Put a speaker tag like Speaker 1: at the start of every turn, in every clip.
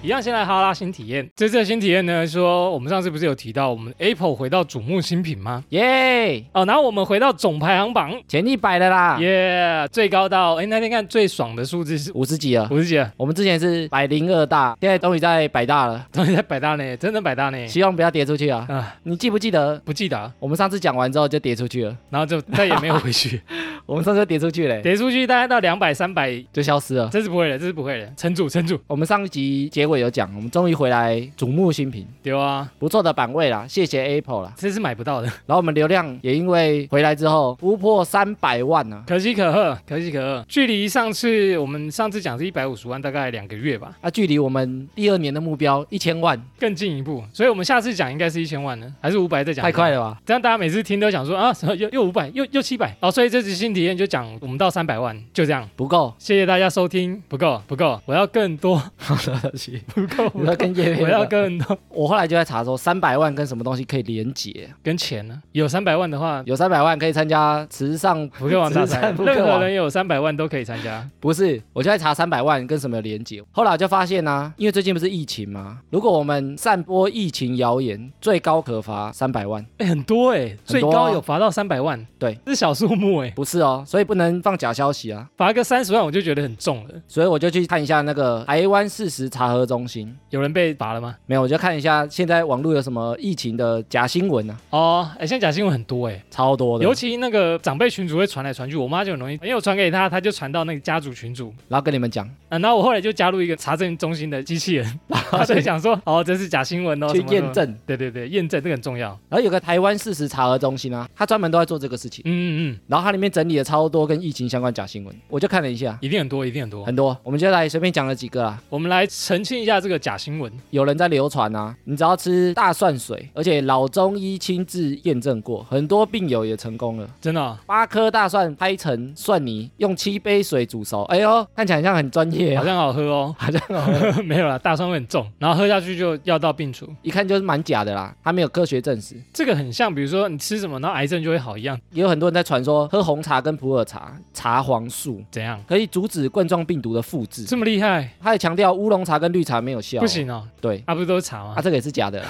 Speaker 1: 一样先来哈拉新体验。这次的新体验呢，说我们上次不是有提到我们 Apple 回到瞩目新品吗？
Speaker 2: 耶，
Speaker 1: 哦，然后我们回到总排行榜，
Speaker 2: 前一百的啦，
Speaker 1: 耶、最高到哎那天看最爽的数字是
Speaker 2: 五十几了。
Speaker 1: 五十几，啊
Speaker 2: 我们之前是百零二大，现在终于在百大了，
Speaker 1: 终于在百大内，真的百大内
Speaker 2: 希望不要跌出去哎啊！
Speaker 1: 啊，
Speaker 2: 你记不记得
Speaker 1: 不记得啊，
Speaker 2: 我们上次讲完之后就跌出去 了？
Speaker 1: 然后就再也没有回去，
Speaker 2: 我们上次就跌出去嘞，
Speaker 1: 跌出去大概到两百三百，
Speaker 2: 就消失了。
Speaker 1: 这是不会的，这是不会的，撑住撑住，
Speaker 2: 我们上一集结尾有讲，我们终于回来瞩目新品，
Speaker 1: 丢啊，
Speaker 2: 不错的版位啦，谢谢 Apple 啦。
Speaker 1: 这是买不到的，
Speaker 2: 然后我们流量也因为回来之后突破三百万啊，
Speaker 1: 可喜可贺，可喜可贺，距离上次我们上次讲是一百五十万，大概两个月吧。
Speaker 2: 啊，距离我们第二年的目标一千万
Speaker 1: 更进一步，所以我们下次讲应该是一千万呢，还是五百再讲？
Speaker 2: 太快
Speaker 1: 了，
Speaker 2: 了吧？
Speaker 1: 这样大家每次听都想说啊，什么又又五百，又又七百哦，所以这次新体验就讲我们到三百万，就这样。
Speaker 2: 不够，
Speaker 1: 谢谢大家收听，不够不够，我要更多，不够，不
Speaker 2: 我要
Speaker 1: 够
Speaker 2: 跟叶
Speaker 1: 我要
Speaker 2: 跟
Speaker 1: 更多。
Speaker 2: 我后来就在查说，三百万跟什么东西可以连结？
Speaker 1: 跟钱呢？有三百万的话，
Speaker 2: 有三百万可以参加慈善
Speaker 1: 不够王啊 大
Speaker 2: 慈
Speaker 1: 赛，
Speaker 2: 善扑克
Speaker 1: 任何
Speaker 2: 王
Speaker 1: 人有三百万都可以参加。
Speaker 2: 不是，我就在查三百万跟什么有连结。后来我就发现呢、因为最近不是疫情嘛，如果我们散播疫情谣言，最高可罚三百万。
Speaker 1: 哎，很多哎，最
Speaker 2: 很多啊
Speaker 1: 高有罚到三百万，
Speaker 2: 对，
Speaker 1: 这是小数目哎，
Speaker 2: 不是哦，所以不能放假消息啊。
Speaker 1: 罚个三十万我就觉得很重了。
Speaker 2: 所以我就去看一下那个台湾事实查核中心，
Speaker 1: 有人被罚了吗？
Speaker 2: 没有，我就看一下现在网络有什么疫情的假新闻啊，
Speaker 1: 哦，哎，现在假新闻很多哎。
Speaker 2: 超多的
Speaker 1: 尤。其那个长辈群主会传来传去，我妈就很容易，因为我传给她，她就传到那个家族群主。
Speaker 2: 然后跟你们讲，
Speaker 1: 啊、然后我后来就加入一个查证中心的机器 人，她就想说，哦，这是假新闻哦，
Speaker 2: 去
Speaker 1: 什么什么
Speaker 2: 验。证。
Speaker 1: 对对对，验证这个很重要。
Speaker 2: 然后有个台湾事实查核中心啊，它专门都在做这个事情。
Speaker 1: 嗯嗯嗯，
Speaker 2: 然后它里面整理了超多跟疫情相关假新闻，我就看了一下，
Speaker 1: 一定很多，一定很多。
Speaker 2: 很多，我们就来随便讲了几个啦。
Speaker 1: 我们来澄清一下这个假新闻。
Speaker 2: 有人在流传啊，你只要吃大蒜水，而且老中医亲自验证过，很多病友也成功了。
Speaker 1: 真的哦、
Speaker 2: 八颗大蒜拍成蒜泥，用七杯水煮熟。哎呦，看起来像很专业
Speaker 1: 好
Speaker 2: 啊，，
Speaker 1: 像好喝哦
Speaker 2: 好像哦，
Speaker 1: 没有啦，大蒜会很重，然后喝下去就药到病除。
Speaker 2: 一看就是蛮假的啦，它没有科学证实。
Speaker 1: 这个很像，比如说你吃什么，然后癌症就会好一样，
Speaker 2: 也有很多人在传说喝红茶跟普洱茶茶黄素
Speaker 1: 怎样？
Speaker 2: 可以阻止冠状病毒的复制。
Speaker 1: 这么厉害？
Speaker 2: 他也强调乌龙茶跟绿茶没有效、
Speaker 1: 不，行哦，
Speaker 2: 对，
Speaker 1: 啊，不是都是茶吗
Speaker 2: 啊，？这个也是 假的，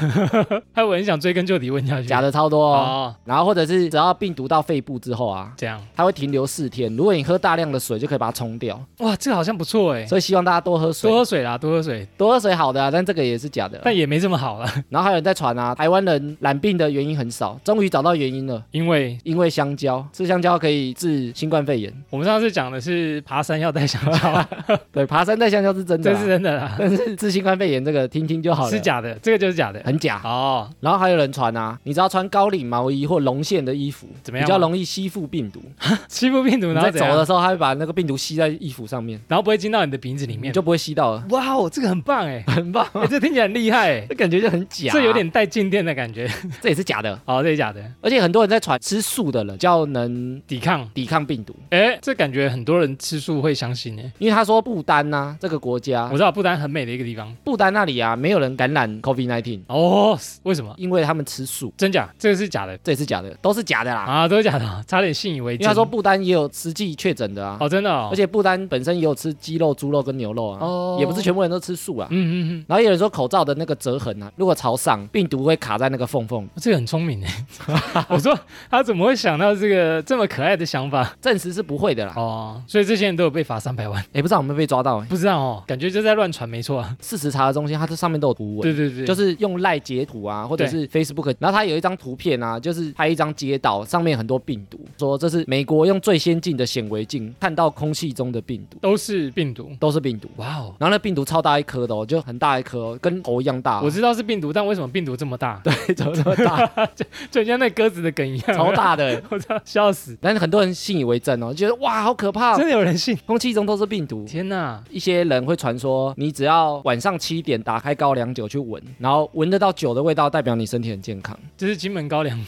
Speaker 1: 还有我很想追根究底问下去。
Speaker 2: 假的超多哦。
Speaker 1: 哦，
Speaker 2: 然后或者是只要病毒到肺部之后啊，
Speaker 1: 这样。
Speaker 2: 它会停留四天。如果你喝大量的水，就可以把它冲掉。
Speaker 1: 哇，这个好像不错哎，
Speaker 2: 所以希望大家多喝水，
Speaker 1: 多
Speaker 2: 多
Speaker 1: 喝水啦，多喝水，
Speaker 2: 喝水好的啊，但这个也是假的。
Speaker 1: 但也没这么好啦，
Speaker 2: 然后还有人在传啊，台湾人染病的原因很少，终于找到原因了，
Speaker 1: 因为
Speaker 2: 因为香蕉，吃香蕉可以治新冠肺炎。
Speaker 1: 我们上次讲的是爬山要带香蕉，啊
Speaker 2: 对，爬山带香蕉是 真的
Speaker 1: 这
Speaker 2: 啊、
Speaker 1: 是真的啦，
Speaker 2: 但是治新冠肺炎这个听听就好了，
Speaker 1: 是假的，这个就是假的。
Speaker 2: 很假。
Speaker 1: 哦，
Speaker 2: 然后还有人传啊，你只要穿高领毛衣或绒线的衣服，
Speaker 1: 怎么样
Speaker 2: 比较容易吸附病毒。
Speaker 1: 欺负病毒，
Speaker 2: 你
Speaker 1: 然后
Speaker 2: 在
Speaker 1: 怎
Speaker 2: 走的
Speaker 1: 样？
Speaker 2: 时候，它会把那个病毒吸在衣服上面，
Speaker 1: 然后不会进到你的鼻子里
Speaker 2: 你
Speaker 1: 面。
Speaker 2: 就不会吸到了，
Speaker 1: 哇哦，这个很棒哎，
Speaker 2: 很棒。
Speaker 1: 哎这听起来很厉害哎，
Speaker 2: 这感觉就很假、啊
Speaker 1: 这有，点带静电的感觉。
Speaker 2: 这也是假的。
Speaker 1: 哦，这是假的，
Speaker 2: 而且很多人在传吃素的人比较能
Speaker 1: 抵抗。
Speaker 2: 抵抗病毒，
Speaker 1: 哎，这感觉很多人吃素会相信哎。
Speaker 2: 因为他说不丹呐、这个国家
Speaker 1: 我，知道不丹很美的一个地方
Speaker 2: 不丹那里啊没有人感染 COVID-19，
Speaker 1: 哦，为什么？
Speaker 2: 因为他们吃素，
Speaker 1: 真假？这个是假的
Speaker 2: 这也是假的，都是假的啦。
Speaker 1: 啊，都是假的，差点信以为
Speaker 2: 因
Speaker 1: 真。
Speaker 2: 为他说不丹也有实际确诊的啊，
Speaker 1: 哦，真的哦
Speaker 2: 而，且不丹本身也有吃鸡肉、猪肉跟牛肉啊，
Speaker 1: 哦
Speaker 2: 也不是全部人都吃素啊。
Speaker 1: 嗯嗯嗯。
Speaker 2: 然后有人说口罩的那个折痕啊，如果朝上，病毒会卡在那个缝缝里，
Speaker 1: 这个很聪明哎， 我说他怎么会想到这个这么可爱的想法
Speaker 2: 证实是不会的啦。
Speaker 1: 哦？所以这些人都有被罚三百万，
Speaker 2: 也不知道我们被抓到、欸，
Speaker 1: 不知道哦，感觉就在乱传，没错啊。
Speaker 2: 事实查核中心它这上面都有图文。
Speaker 1: 对对对，
Speaker 2: 就是是用赖截图啊，或者是 Facebook，然后它有一张图片啊，就是拍一张街道，上面很多病毒，说这是美国用最先进的显微镜看到空气中的病毒，
Speaker 1: 都是病毒。
Speaker 2: 都是病毒。
Speaker 1: 哇哦，
Speaker 2: 然后那病毒超大一颗的哦，就很大一颗、哦，跟头一样大、
Speaker 1: 我知道是病毒，但为什么病毒这么大？
Speaker 2: 对，怎么这么大，
Speaker 1: 就像那鸽子的梗一样，
Speaker 2: 超，大的。
Speaker 1: 我操，笑死！
Speaker 2: 但是很多人信以为真哦，觉得哇，好可怕
Speaker 1: 真，的有人信？
Speaker 2: 空气中都是病毒。
Speaker 1: 天哪！
Speaker 2: 一些人会传说，你只要晚上七点打开高粱酒去闻，然后闻得到酒的味道，代表你身体很健康。
Speaker 1: 这是金门高 粱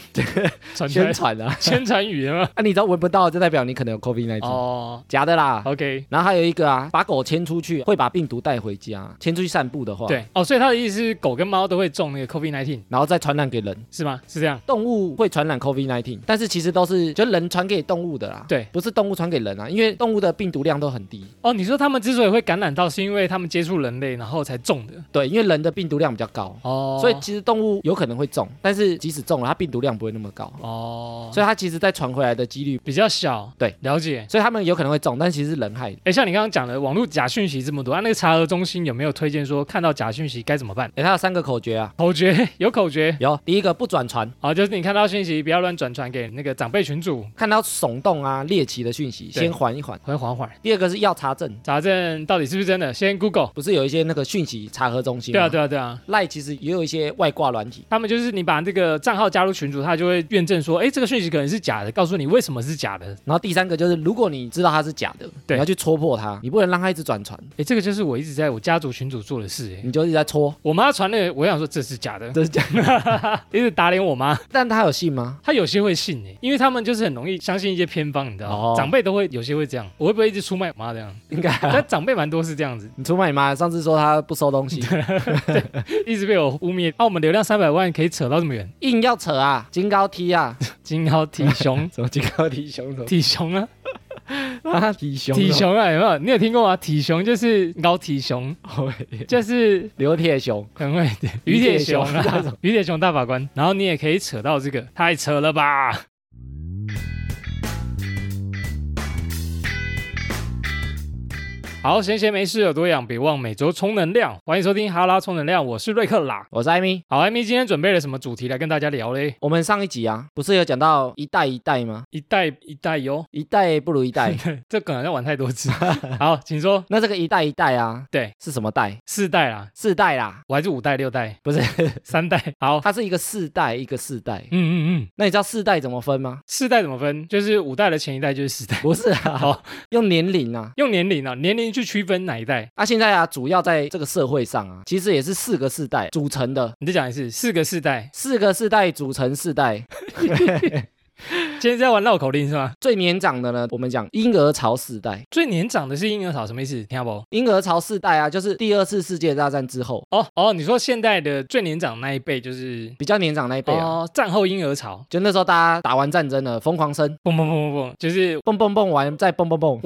Speaker 1: 传出
Speaker 2: 宣
Speaker 1: 来
Speaker 2: 传啊，
Speaker 1: 宣传语吗？
Speaker 2: 啊，你只要闻不到，就代表你可能有 COVID 19、
Speaker 1: 哦
Speaker 2: 假的啦。
Speaker 1: ，OK，
Speaker 2: 然后还有一个啊，把狗牵出去会把病毒带回家，牵出去散步的话，，
Speaker 1: 对哦，所以他的意思是狗跟猫都会中那个 COVID-19
Speaker 2: 然后再传染给人。
Speaker 1: 是吗？是这样？
Speaker 2: 动物会传染 COVID-19，但是其实都是就人传给动物的啦，
Speaker 1: 对
Speaker 2: 不是动物传给人啊，因为动物的病毒量都很低，
Speaker 1: 哦，你说他们之所以会感染到，是因为他们接触人类类，然后才中的
Speaker 2: 对，因为人的病毒量比较高，
Speaker 1: 哦，
Speaker 2: 所以其实动物有可能会中，但是即使中了，它病毒量不会那么高，
Speaker 1: 哦，
Speaker 2: 所以它其实再传回来的几率，
Speaker 1: 比较小，
Speaker 2: 对，
Speaker 1: 了解。
Speaker 2: 所以他们有可能会中，但其实是人害的。
Speaker 1: 哎，像你刚刚讲的网络假讯息这么多，那那个查核中心有没有推荐说看到假讯息该怎么办？
Speaker 2: 诶，它有三个口诀啊，
Speaker 1: 口诀有口诀，
Speaker 2: 有第一个不转传，
Speaker 1: 好，就是你看到讯息不要乱转传给那个长辈群组，
Speaker 2: 看到耸动啊、猎奇的讯息，
Speaker 1: 对
Speaker 2: 先缓一缓。
Speaker 1: 会缓缓
Speaker 2: 第二个是要查证，
Speaker 1: 查证到底是不是真的，先 Google。
Speaker 2: 不是有一些那个讯息查核中心？
Speaker 1: 对啊，。对啊，对啊，
Speaker 2: 赖其实也有一些外挂软体，
Speaker 1: 他们就是你把这个账号加入群组，他就会验证说，哎，这个讯息可能是假的，告诉你为什么是假的。
Speaker 2: 然后第三个就是，如果你知道它是假的，
Speaker 1: 对
Speaker 2: 你要去戳破它，你不能让它一直转传，
Speaker 1: 哎，这个就是我一直在我家族群组做的事。哎，
Speaker 2: 你就一直在戳，
Speaker 1: 我妈传的，我想说这是假的，
Speaker 2: 这是假的。
Speaker 1: 一直打脸我妈。
Speaker 2: 但它有信吗？
Speaker 1: 她有些会信哎，因为他们就是很容易相信一些偏方，你知道吗？
Speaker 2: 哦
Speaker 1: 长辈都会有些会这样，我会不会一直出卖我妈这样？
Speaker 2: 应该、啊
Speaker 1: 但长辈蛮多是这样子，
Speaker 2: 你出卖你妈，上次说她不收东西，
Speaker 1: 一直被我污蔑。啊，我们流量三百万可以扯到这么远，
Speaker 2: 硬要扯啊，金高踢啊，
Speaker 1: 金高体熊
Speaker 2: 什么金高踢熊什
Speaker 1: 体熊啊，
Speaker 2: 么 啊踢熊
Speaker 1: 体 熊啊，有没有？你有听过吗？体熊就是高体熊，就是
Speaker 2: 刘铁熊，
Speaker 1: 很会点
Speaker 2: 于
Speaker 1: 于
Speaker 2: 铁
Speaker 1: 铁
Speaker 2: 雄
Speaker 1: 雄 啊，于铁雄大法官。然后你也可以扯到这个，太扯了吧？好，闲闲没事有多养，别忘每周充能量。欢迎收听哈拉充能量，我是瑞克啦。
Speaker 2: 我是艾米。
Speaker 1: 好，艾米今天准备了什么主题来跟大家聊嘞？
Speaker 2: 我们上一集啊，不是有讲到一代一代吗？
Speaker 1: 一代一代哟，
Speaker 2: 一代不如一 代，
Speaker 1: 这梗好像玩太多次。好，请说。
Speaker 2: 那这个一代一代啊，
Speaker 1: 对，
Speaker 2: 是什么代？
Speaker 1: 四代啦，
Speaker 2: 世代啦，
Speaker 1: 我还是五代、六代、
Speaker 2: 不是，
Speaker 1: 三代。好，
Speaker 2: 它是一个世代一个世代。
Speaker 1: 嗯嗯嗯，
Speaker 2: 那你知道世代怎么分吗？
Speaker 1: 四代怎么分？就是五代的前一代就是四代。
Speaker 2: 不是啊
Speaker 1: 好，
Speaker 2: 用年龄啊。
Speaker 1: 用年龄啊，年龄去区分哪一代？
Speaker 2: 啊，现在啊，主要在这个社会上啊，其实也是四个世代组成的，
Speaker 1: 你再讲一次，四个世代。
Speaker 2: 四个世代组成世代。
Speaker 1: 今天在玩绕口令是吗？
Speaker 2: 最年长的呢，我们讲婴儿潮世代。
Speaker 1: 最年长的是婴儿潮，什么意思？听到不？
Speaker 2: 婴儿潮世代啊，就是第二次世界大战之后
Speaker 1: 哦哦，你说现代的最年长那一辈就是
Speaker 2: 比较年长那一辈啊，
Speaker 1: 哦，战后婴儿潮，
Speaker 2: 就那时候大家打完战争了，疯狂生，
Speaker 1: 嘣嘣嘣嘣嘣，就是
Speaker 2: 蹦蹦蹦完再蹦蹦蹦。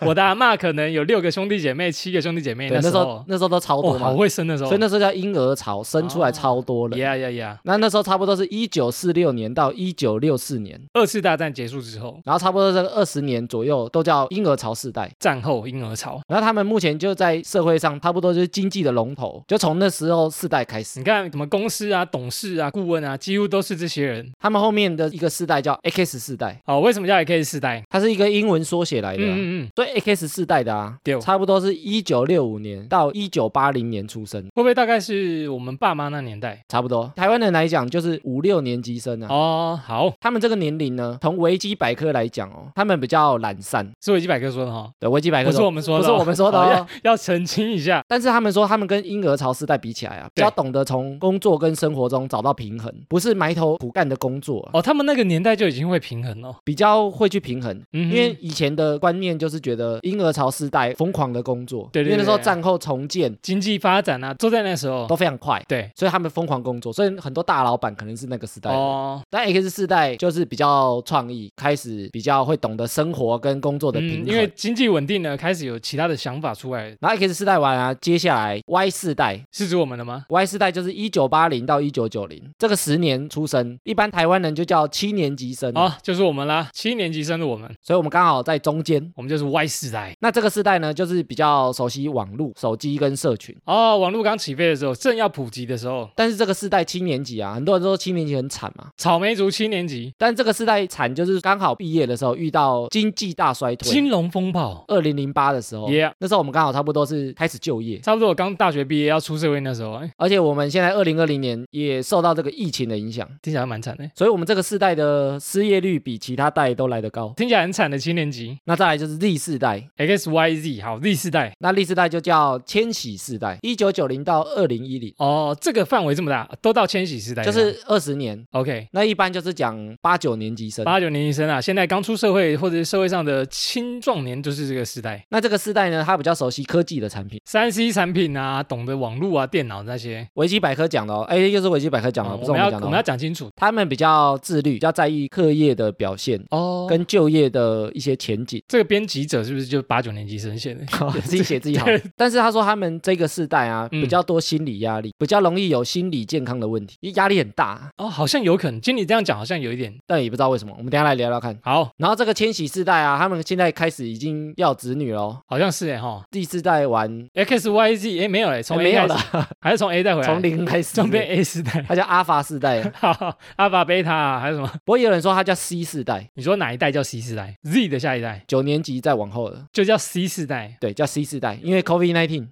Speaker 1: 我的阿妈可能有六个兄弟姐妹，七个兄弟姐妹，
Speaker 2: 对，哎那
Speaker 1: 时
Speaker 2: 时候
Speaker 1: 候
Speaker 2: 那时候都超
Speaker 1: 哦，
Speaker 2: 多嘛
Speaker 1: 好，会生那时候哦
Speaker 2: 所以，那时候叫婴儿潮，生出来超多人。
Speaker 1: 呀呀呀！
Speaker 2: 那那时候差不多是一九四六年到一九六四年，
Speaker 1: 二次大战结束之后，
Speaker 2: 然后差不多这个二十年左右都叫婴儿潮世代。
Speaker 1: 战后婴儿潮。
Speaker 2: 然后他们目前就在社会上差不多就是经济的龙头，就从那时候世代开始。
Speaker 1: 你看什么公司啊、董事啊、顾问啊，几乎都是这些人。
Speaker 2: 他们后面的一个世代叫 X 世代，
Speaker 1: 哦，为什么叫 AK 世代？
Speaker 2: 它是一个英文缩写来
Speaker 1: 嗯
Speaker 2: 的啊、
Speaker 1: 嗯嗯，
Speaker 2: 所以 X 世代的啊
Speaker 1: 对，
Speaker 2: 差不多是一九六五年到一九八零年出生，
Speaker 1: 会不会大概是我们爸妈那年代？
Speaker 2: 差不多。台湾人来讲就是五六年级生啊。
Speaker 1: 哦，好，
Speaker 2: 他们这个年龄呢，从维基百科来讲哦，他们比较懒散。
Speaker 1: 是维基百科说的哈，
Speaker 2: 对，维基百科
Speaker 1: 不是
Speaker 2: 说
Speaker 1: 我们说的
Speaker 2: 不
Speaker 1: 哦，
Speaker 2: 是我们说的
Speaker 1: 好
Speaker 2: 哦
Speaker 1: 要。要澄清一下。
Speaker 2: 但是他们说，他们跟婴儿潮世代比起来啊，比
Speaker 1: 对
Speaker 2: 较懂得从工作跟生活中找到平衡，不是埋头苦干的工作、啊，
Speaker 1: 哦，他们那个年代就已经会平衡了，
Speaker 2: 比较会去平衡。
Speaker 1: 嗯
Speaker 2: 因
Speaker 1: 哼
Speaker 2: 为以前的观念就是觉得婴儿潮世代疯狂的工作，
Speaker 1: 对对
Speaker 2: 因为那时候
Speaker 1: 对对哦
Speaker 2: 战后重建
Speaker 1: 经济发展啊，都在那时候
Speaker 2: 都，非常快，
Speaker 1: 对，
Speaker 2: 所以他们疯狂工作，所以很多大老板可能是那个时代的。
Speaker 1: 哦，
Speaker 2: 但 X 世代就是比较创意，开始比较会懂得生活跟工作的
Speaker 1: 嗯，
Speaker 2: 平衡。
Speaker 1: 因为经济稳定了，开始有其他的想法出来，
Speaker 2: 然后 X 世代完啊，接下来 Y 世代
Speaker 1: 是指我们的吗？
Speaker 2: ，Y 世代就是一九八零到一九九零这个十年出生，一般台湾人就叫七年级生，
Speaker 1: 哦，就是我们啦，七年级生的我们，
Speaker 2: 所以我们刚好在中间。
Speaker 1: 我们就是 Y 世代。
Speaker 2: 那这个世代呢，就是比较熟悉网络、手机跟社群。
Speaker 1: 哦，网络刚起飞的时候，正要普及的时候，
Speaker 2: 但是这个世代七年级啊，很多人都说七年级很惨嘛。
Speaker 1: 草莓族七年级，
Speaker 2: 但这个世代惨就是刚好毕业的时候遇到经济大衰退，
Speaker 1: 金融风暴，
Speaker 2: 二零零八的时候
Speaker 1: Yeah
Speaker 2: 那时候我们刚好差不多是开始就业，
Speaker 1: 差不多我刚大学毕业要出社会那时候，哎，
Speaker 2: 而且我们现在二零二零年也受到这个疫情的影响，
Speaker 1: 听起来蛮惨的，
Speaker 2: 所以我们这个世代的失业率比其他代都来得高。
Speaker 1: 听起来很惨的七年级
Speaker 2: 那再来就是 Z 世代，
Speaker 1: ，X Y Z，好，Z 世代。
Speaker 2: 那 Z 世代就叫千禧世代，一九九零到二零一零，
Speaker 1: 哦，这个范围这么大，都到千禧时代了，
Speaker 2: 就是二十年。
Speaker 1: OK。
Speaker 2: 那一般就是讲八九年级生。
Speaker 1: 八九年级生啊，现在刚出社会或者是社会上的青壮年，就是这个时代。
Speaker 2: 那这个世代呢，他比较熟悉科技的产品。
Speaker 1: 三 C 产品啊，懂得网络啊、电脑那些。
Speaker 2: 维基百科讲的哦，哎，又是维基百科讲的，
Speaker 1: 嗯
Speaker 2: 不
Speaker 1: 我
Speaker 2: 是我
Speaker 1: 们
Speaker 2: 们
Speaker 1: 要
Speaker 2: 讲的
Speaker 1: 我
Speaker 2: 哦、
Speaker 1: 们要讲清楚
Speaker 2: 他们比较自律，比较在意课业的表现。
Speaker 1: 哦跟
Speaker 2: 跟就业的一些前景，
Speaker 1: 这个编辑者是不是就八九年级生 写的？
Speaker 2: 自己写自己好。但是他说他们这个世代啊，
Speaker 1: 哦嗯
Speaker 2: 比较多心理压力，比较容易有心理健康的问题，因为压力很大。
Speaker 1: 哦，好像有可能。经你这样讲，好像有一点
Speaker 2: 但也不知道为什么，我们等一下来聊聊看。
Speaker 1: 好，
Speaker 2: 然后这个千禧世代啊，他们现在开始已经要子女哦喽。
Speaker 1: 好像是哎哈。
Speaker 2: 第四代玩
Speaker 1: X Y Z 哎没有哎，从 A
Speaker 2: 哎没有
Speaker 1: 开
Speaker 2: 了
Speaker 1: 始，还是从 A 带回来，
Speaker 2: 从零开始，
Speaker 1: 从变 A 时代。
Speaker 2: 它叫阿法世代。啊
Speaker 1: 好，阿法、贝塔啊还有什么？
Speaker 2: 不过也有人说它叫 C 世代，
Speaker 1: 你说哪一代叫 C 世代？Z 的下一代
Speaker 2: 九年级再往后了，
Speaker 1: 就叫 C 世代。
Speaker 2: 对，叫 C 世代，因为 COVID nineteen。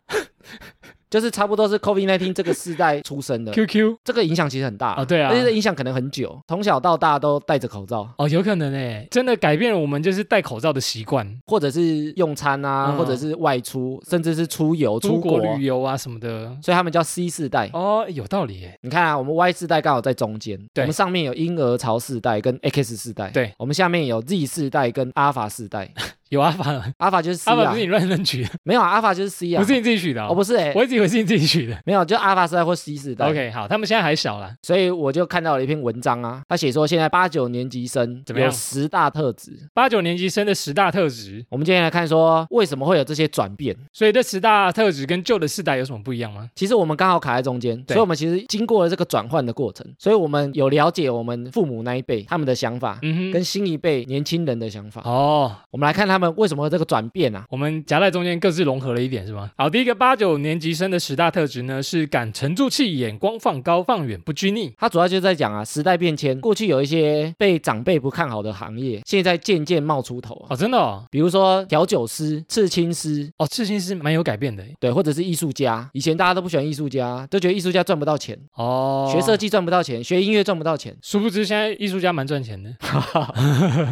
Speaker 2: 就是差不多是 COVID nineteen 这个世代出生的，
Speaker 1: QQ
Speaker 2: 这个影响其实很大
Speaker 1: 哦对啊
Speaker 2: 而且这影响可能很久，从小到大都戴着口罩，
Speaker 1: 哦，有可能哎，真的改变了我们就是戴口罩的习惯，
Speaker 2: 或者是用餐啊，
Speaker 1: 嗯
Speaker 2: 或者是外出，甚至是出游、
Speaker 1: 出
Speaker 2: 出
Speaker 1: 国旅游啊什么的。
Speaker 2: 所以他们叫 C 世代。
Speaker 1: 哦，有道理哎。
Speaker 2: 你看啊，我们 Y 世代刚好在中间，
Speaker 1: 对
Speaker 2: 我们上面有婴儿潮世代跟 X 世代，
Speaker 1: 对，
Speaker 2: 我们下面有 Z 世代跟阿法世代，
Speaker 1: 有阿法了，
Speaker 2: 阿法就是 C
Speaker 1: 阿法
Speaker 2: 啊
Speaker 1: 不是，你乱认取的，
Speaker 2: 没有啊，阿法就是 C 啊，
Speaker 1: 不是你自己取的
Speaker 2: 哦，
Speaker 1: 哦。
Speaker 2: 不是哎、
Speaker 1: 我一直以为是你自己取 的。
Speaker 2: 没有，就阿法世代或 C 世代。
Speaker 1: OK，好，他们现在还小啦。
Speaker 2: 所以我就看到了一篇文章啊，他写说现在八九年级生
Speaker 1: 怎么样
Speaker 2: 有十大特质。
Speaker 1: 八九年级生的十大特质，
Speaker 2: 我们今天来看说为什么会有这些转变。
Speaker 1: 所以这十大特质跟旧的世代有什么不一样吗？
Speaker 2: 其实我们刚好卡在中间，
Speaker 1: 对
Speaker 2: 所以我们其实经过了这个转换的过程，所以我们有了解我们父母那一辈他们的想法。
Speaker 1: 嗯哼。
Speaker 2: 跟新一辈年轻人的想法，
Speaker 1: 哦，
Speaker 2: 我们来看他们为什么有这个转变啊？
Speaker 1: 我们夹在中间各自融合了一点，是吗？好，第一个八九年级生的十大特质呢，是敢沉住气，眼光放高，放远不拘泥。
Speaker 2: 他主要就在讲啊，时代变迁，过去有一些被长辈不看好的行业，现在渐渐冒出头啊，
Speaker 1: 哦，真的哦，
Speaker 2: 比如说调酒师、刺青师，
Speaker 1: 哦，这些是蛮有改变的耶。欸
Speaker 2: 对，或者是艺术家。以前大家都不喜欢艺术家，都觉得艺术家赚不到钱，
Speaker 1: 哦，
Speaker 2: 学设计赚不到钱，学音乐赚不到钱，
Speaker 1: 殊不知现在艺术家蛮赚钱 的，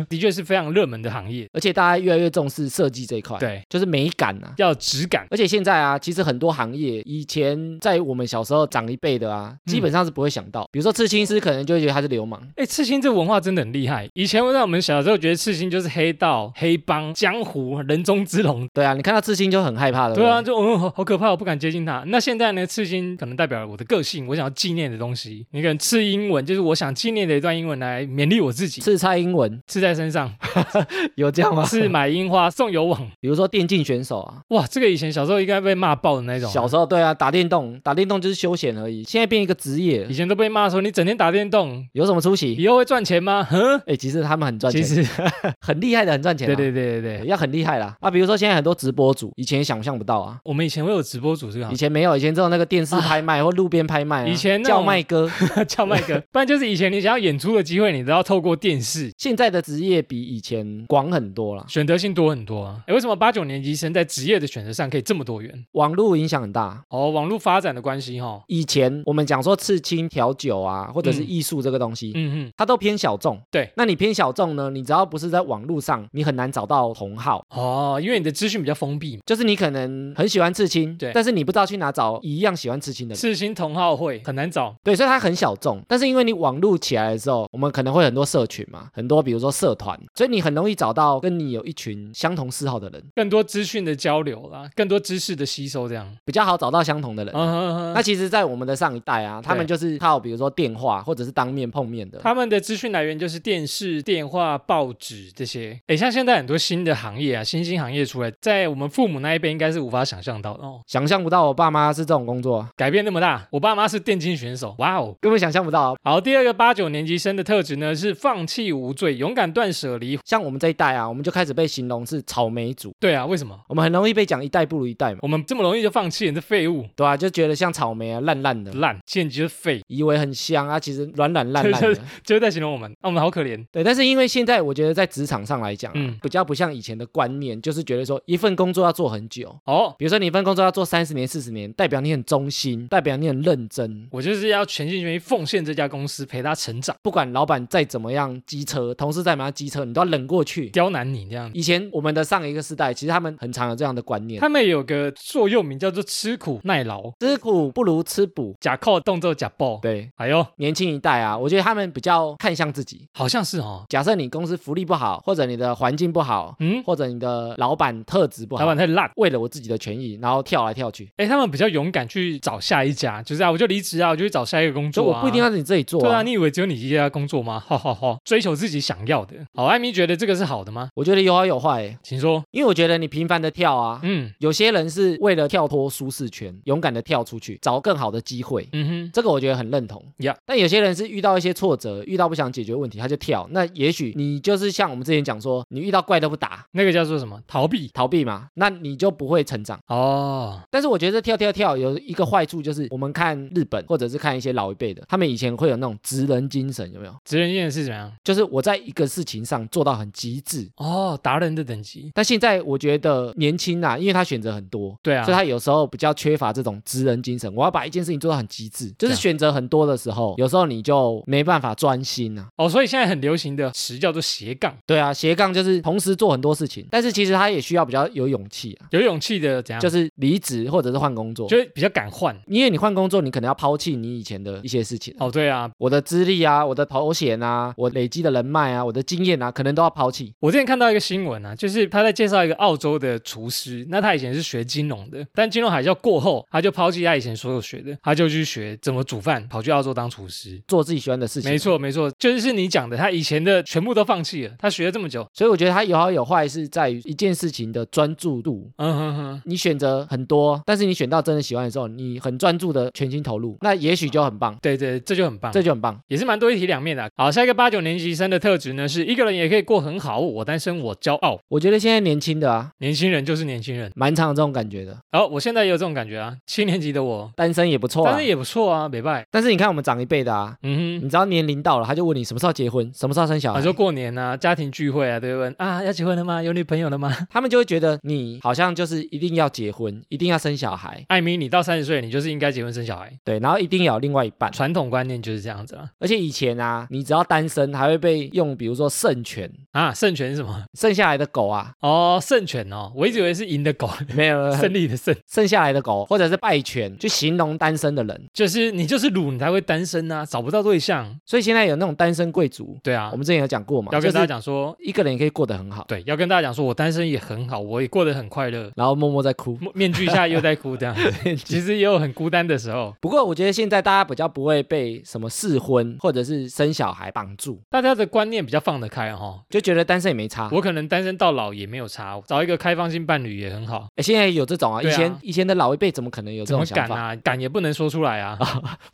Speaker 1: 的确是非常热门的行业。
Speaker 2: 而且大家越来越重视设计这一块，，
Speaker 1: 对，
Speaker 2: 就是美感啊。
Speaker 1: 要有质感。
Speaker 2: 而且现在啊，其实很多行业以前在我们小时候长一辈的啊，
Speaker 1: 嗯
Speaker 2: 基本上是不会想到，比如说刺青师可能就会觉得他是流氓，
Speaker 1: 哎，刺青这文化真的很厉害。以前在我们小时候觉得刺青就是黑道、黑帮、江湖、人中之龙。
Speaker 2: 对啊，你看到刺青就很害怕的，
Speaker 1: 对啊，
Speaker 2: 不，
Speaker 1: 就嗯，好好可怕，我不敢接近他。那现在呢，刺青可能代表了我的个性，我想要纪念的东西。你可能刺英文，就是我想纪念的一段英文来勉励我自己，
Speaker 2: 刺蔡英文
Speaker 1: 刺在身上，
Speaker 2: 有这样吗
Speaker 1: 刺买樱花送油网。
Speaker 2: 比如说电竞选手啊，
Speaker 1: 哇，这个以前小时候应该被骂爆的那种啊。
Speaker 2: 小时候对啊，打电动，打电动就是休闲而已，现在变一个职业
Speaker 1: 以，前都被骂说你整天打电动，
Speaker 2: 有什么出息？
Speaker 1: 以后会赚钱吗？哼，
Speaker 2: 哎，其实他们很赚
Speaker 1: 其
Speaker 2: 钱，
Speaker 1: 实
Speaker 2: 很厉害的，很赚钱、啊。
Speaker 1: 对对对对对，
Speaker 2: 要很厉害啦啊！比如说现在很多直播主，以前也想象不到啊，
Speaker 1: 我们以前会有直播主这个行
Speaker 2: 以前没有，以前只有那个电视拍卖或路边拍卖啊、
Speaker 1: 啊以前那种
Speaker 2: 叫卖 哥。
Speaker 1: 业，叫麦 哥，不然就是以前你想要演出的机会，你都要透过电视。
Speaker 2: 现在的职业比以前广很多啦，
Speaker 1: 选择性多很多啊！诶，为什么八九年级生在职业的选择上可以这么多元？
Speaker 2: 网络影响很大。
Speaker 1: 哦，网络发展的关系哈、哦。
Speaker 2: 以前我们讲说刺青、调酒啊，或者是
Speaker 1: 嗯
Speaker 2: 艺术这个东西。
Speaker 1: 嗯嗯，
Speaker 2: 它都偏小众，
Speaker 1: 对。
Speaker 2: 那你偏小众呢？你只要不是在网络上，你很难找到同好。
Speaker 1: 哦，因为你的资讯比较封闭嘛，
Speaker 2: 就是你可能很喜欢刺青，
Speaker 1: 对
Speaker 2: 但是你不知道去哪找一样喜欢刺青的人，
Speaker 1: 世新同好会很难找。
Speaker 2: 对，所以它很小众。但是因为你网络起来的时候，我们可能会很多社群嘛，很多比如说社团，所以你很容易找到跟你有一群相同嗜好的人，
Speaker 1: 更多资讯的交流啦，更多知识的吸收，这样。
Speaker 2: 比较好找到相同的人。
Speaker 1: 嗯哼哼
Speaker 2: 那其实，在我们的上一代啊，他们
Speaker 1: 对
Speaker 2: 就是靠比如说电话或者是当面碰面的，
Speaker 1: 他们的资讯来源就是电视、电话、报纸这些。诶，像现在很多新的行业啊，新兴行业出来，在我们父母那一辈应该是无法想象到的哦，
Speaker 2: 想象不到我爸妈是这种工作啊，
Speaker 1: 改变那么大。我爸妈是电竞选手，哇哦！
Speaker 2: 根本想象不到啊。
Speaker 1: 好，第二个八九年级生的特质呢是放弃无罪，勇敢断舍离。
Speaker 2: 像我们这一代啊，我们就开始被形容是草莓族，
Speaker 1: 对啊，为什么
Speaker 2: 我们很容易被讲一代不如一代嘛，
Speaker 1: 我们这么容易就放弃？你这废物，
Speaker 2: 对啊，就觉得像草莓啊烂烂的，
Speaker 1: 烂，简直就是废，
Speaker 2: 以为很香啊，其实软软烂烂
Speaker 1: 对
Speaker 2: 的。
Speaker 1: 就是在形容我们。啊，我们好可怜。
Speaker 2: 对，但是因为现在我觉得在职场上来讲啊、
Speaker 1: 嗯
Speaker 2: 比较不像以前的观念，就是觉得说一份工作要做很久。
Speaker 1: 哦，
Speaker 2: 比如说你一份工作要做三十年、四十年，代表你很忠心，代表你很认真。
Speaker 1: 我就是要全心全意奉献这家公司，陪他成长，
Speaker 2: 不管老板再怎么样机车，同事再怎么样机车，你都要忍过去。
Speaker 1: 刁难你这样。
Speaker 2: 以前我们的上一个世代，其实他们很常有这样的观念，
Speaker 1: 他们有个座右铭叫做“吃苦耐劳
Speaker 2: 吃苦不如吃补”，。
Speaker 1: 假靠动作假爆。
Speaker 2: 对，
Speaker 1: 哎呦，
Speaker 2: 年轻一代啊，我觉得他们比较看向自己。
Speaker 1: 好像是哦，
Speaker 2: 假设你公司福利不好，或者你的环境不好，
Speaker 1: 嗯，
Speaker 2: 或者你的老板特质不
Speaker 1: 老
Speaker 2: 好
Speaker 1: 板，太烂。
Speaker 2: 为了我自己的权益，然后跳来跳去。
Speaker 1: 哎，他们比较勇敢去找下一家，就是啊，我就离职啊，我就去找下一个工
Speaker 2: 所以
Speaker 1: 作、啊。
Speaker 2: 我不一定要在你这里做、
Speaker 1: 对啊，你以为只有你一家工作吗？ 哈哈哈！追求自己想要的。好，艾米觉得这个是好的吗？
Speaker 2: 我觉得有好有坏欸，
Speaker 1: 请说。
Speaker 2: 因为我觉得你频繁的跳啊，
Speaker 1: 嗯
Speaker 2: 有些人是为了跳脱舒适圈，勇敢的跳出去，找更好的机会。
Speaker 1: 嗯哼，
Speaker 2: 这个我觉得很认同
Speaker 1: Yeah
Speaker 2: 但有些人是遇到一些挫折，遇到不想解决问题，他就跳。那也许你就是像我们之前讲说，你遇到怪都不打，
Speaker 1: 那个叫做什么？逃避。
Speaker 2: 逃避嘛，那你就不会成长。
Speaker 1: 哦，
Speaker 2: 但是我觉得跳跳跳有一个坏处，就是我们看日本或者是看一些老一辈的，他们以前会有那种职人精神，有没有？
Speaker 1: 职人性是怎样？
Speaker 2: 就是我在一个事情上做到很极致。
Speaker 1: 哦，达人的等级。
Speaker 2: 但现在我觉得年轻啊，因为他选择很多，
Speaker 1: 对啊
Speaker 2: 所以，他有时候比较缺乏这种职人精神。我要把一件事情做到很极致，就是
Speaker 1: 对啊
Speaker 2: 选择很多的时候，有时候你就没办法专心啊。
Speaker 1: 哦，所以现在很流行的词叫做斜杠，
Speaker 2: 对啊，斜杠就是同时做很多事情，但是其实他也需要比较有勇气啊，
Speaker 1: 有勇气的怎样？
Speaker 2: 就是是离职或者是换工作。
Speaker 1: 就是比较敢换。
Speaker 2: 因为你换工作，你可能要抛弃你以前的一些事情啊，
Speaker 1: 哦，对啊，
Speaker 2: 我的资历啊，我的头衔啊，我累积的人脉啊，我的经验啊，可能都要抛弃。
Speaker 1: 我之前看到一个新闻啊，就是他在介绍一个澳洲的厨师，那他以前是学金融的，但金融海啸过后，他就抛弃他以前所有学的，他就去学怎么煮饭，跑去澳洲当厨师。
Speaker 2: 做自己喜欢的事情。
Speaker 1: 没。错，没错，就是是你讲的，他以前的全部都放弃了，他学了这么久，
Speaker 2: 所以我觉得它有好有坏，是在于一件事情的专注度。
Speaker 1: 嗯哼哼，
Speaker 2: 你选择很多，但是你选到真的喜欢的时候，你很专注的全心投入，那也许就很棒，
Speaker 1: 对对，这就很棒。
Speaker 2: 这就很棒。
Speaker 1: 也是蛮多一体两面的啊、好，下一个八九年级生的特质呢，是一个人也可以过很好，我单身我骄傲。
Speaker 2: 我觉得现在年轻的啊，
Speaker 1: 年轻人就是年轻人。
Speaker 2: 蛮常有这种感觉的，
Speaker 1: 然、后我现在也有这种感觉啊，七年级的我，
Speaker 2: 单身也不错、啊。
Speaker 1: 但是也不错啊，北拜。
Speaker 2: 但是你看我们长一辈的啊，
Speaker 1: 嗯
Speaker 2: 你
Speaker 1: 哼。
Speaker 2: 知道年龄到了，他就问你什么时候结婚，什么时候生小
Speaker 1: 啊，
Speaker 2: 孩，
Speaker 1: 说过年啊，家庭聚会啊，对不对？啊，要结婚了吗？有女朋友了吗？
Speaker 2: 他们就会觉得你好像就是一定要结婚，一定要生小孩，
Speaker 1: 艾米，你到三十岁，你就是应该结婚生小孩。
Speaker 2: 对，然后一定要有另外一半。
Speaker 1: 传统观念就是这样子啊。
Speaker 2: 而且以前啊，你只要单身，还会被用，比如说剩犬，
Speaker 1: 啊，胜权是什么？
Speaker 2: 剩下来的狗啊，
Speaker 1: 哦，胜权哦，我一直以为是赢的 狗，
Speaker 2: 没有
Speaker 1: 胜利的胜，
Speaker 2: 剩下来的狗，或者是败犬，去形容单身的人。
Speaker 1: 就是你就是鲁，你才会单身啊，找不到对象。
Speaker 2: 所以现在有那种单身贵族，
Speaker 1: 对啊
Speaker 2: 我，们之前有讲过嘛，
Speaker 1: 要跟大家
Speaker 2: 哦就是
Speaker 1: 讲说，
Speaker 2: 一个人也可以过得很好，
Speaker 1: 对，要跟大家讲说我单身也很好，我也过得很快乐。
Speaker 2: 然后默默在 哭。
Speaker 1: 面面具下又在哭，这 样其实也有很孤单的时候。
Speaker 2: 不过我觉得现在大家比较不会被什么试婚或者是生小孩绑住，
Speaker 1: 大家的观念比较放得开哈、
Speaker 2: 就觉得单身也没差。
Speaker 1: 我可能单身到老也没有差，找一个开放性伴侣也很好。
Speaker 2: 诶现在有这种啊，
Speaker 1: 对
Speaker 2: 以
Speaker 1: 啊
Speaker 2: 前、以前的老一辈怎么可能有这
Speaker 1: 怎
Speaker 2: 种
Speaker 1: 么
Speaker 2: 想
Speaker 1: 敢
Speaker 2: 法？
Speaker 1: 啊？敢也不能说出来啊！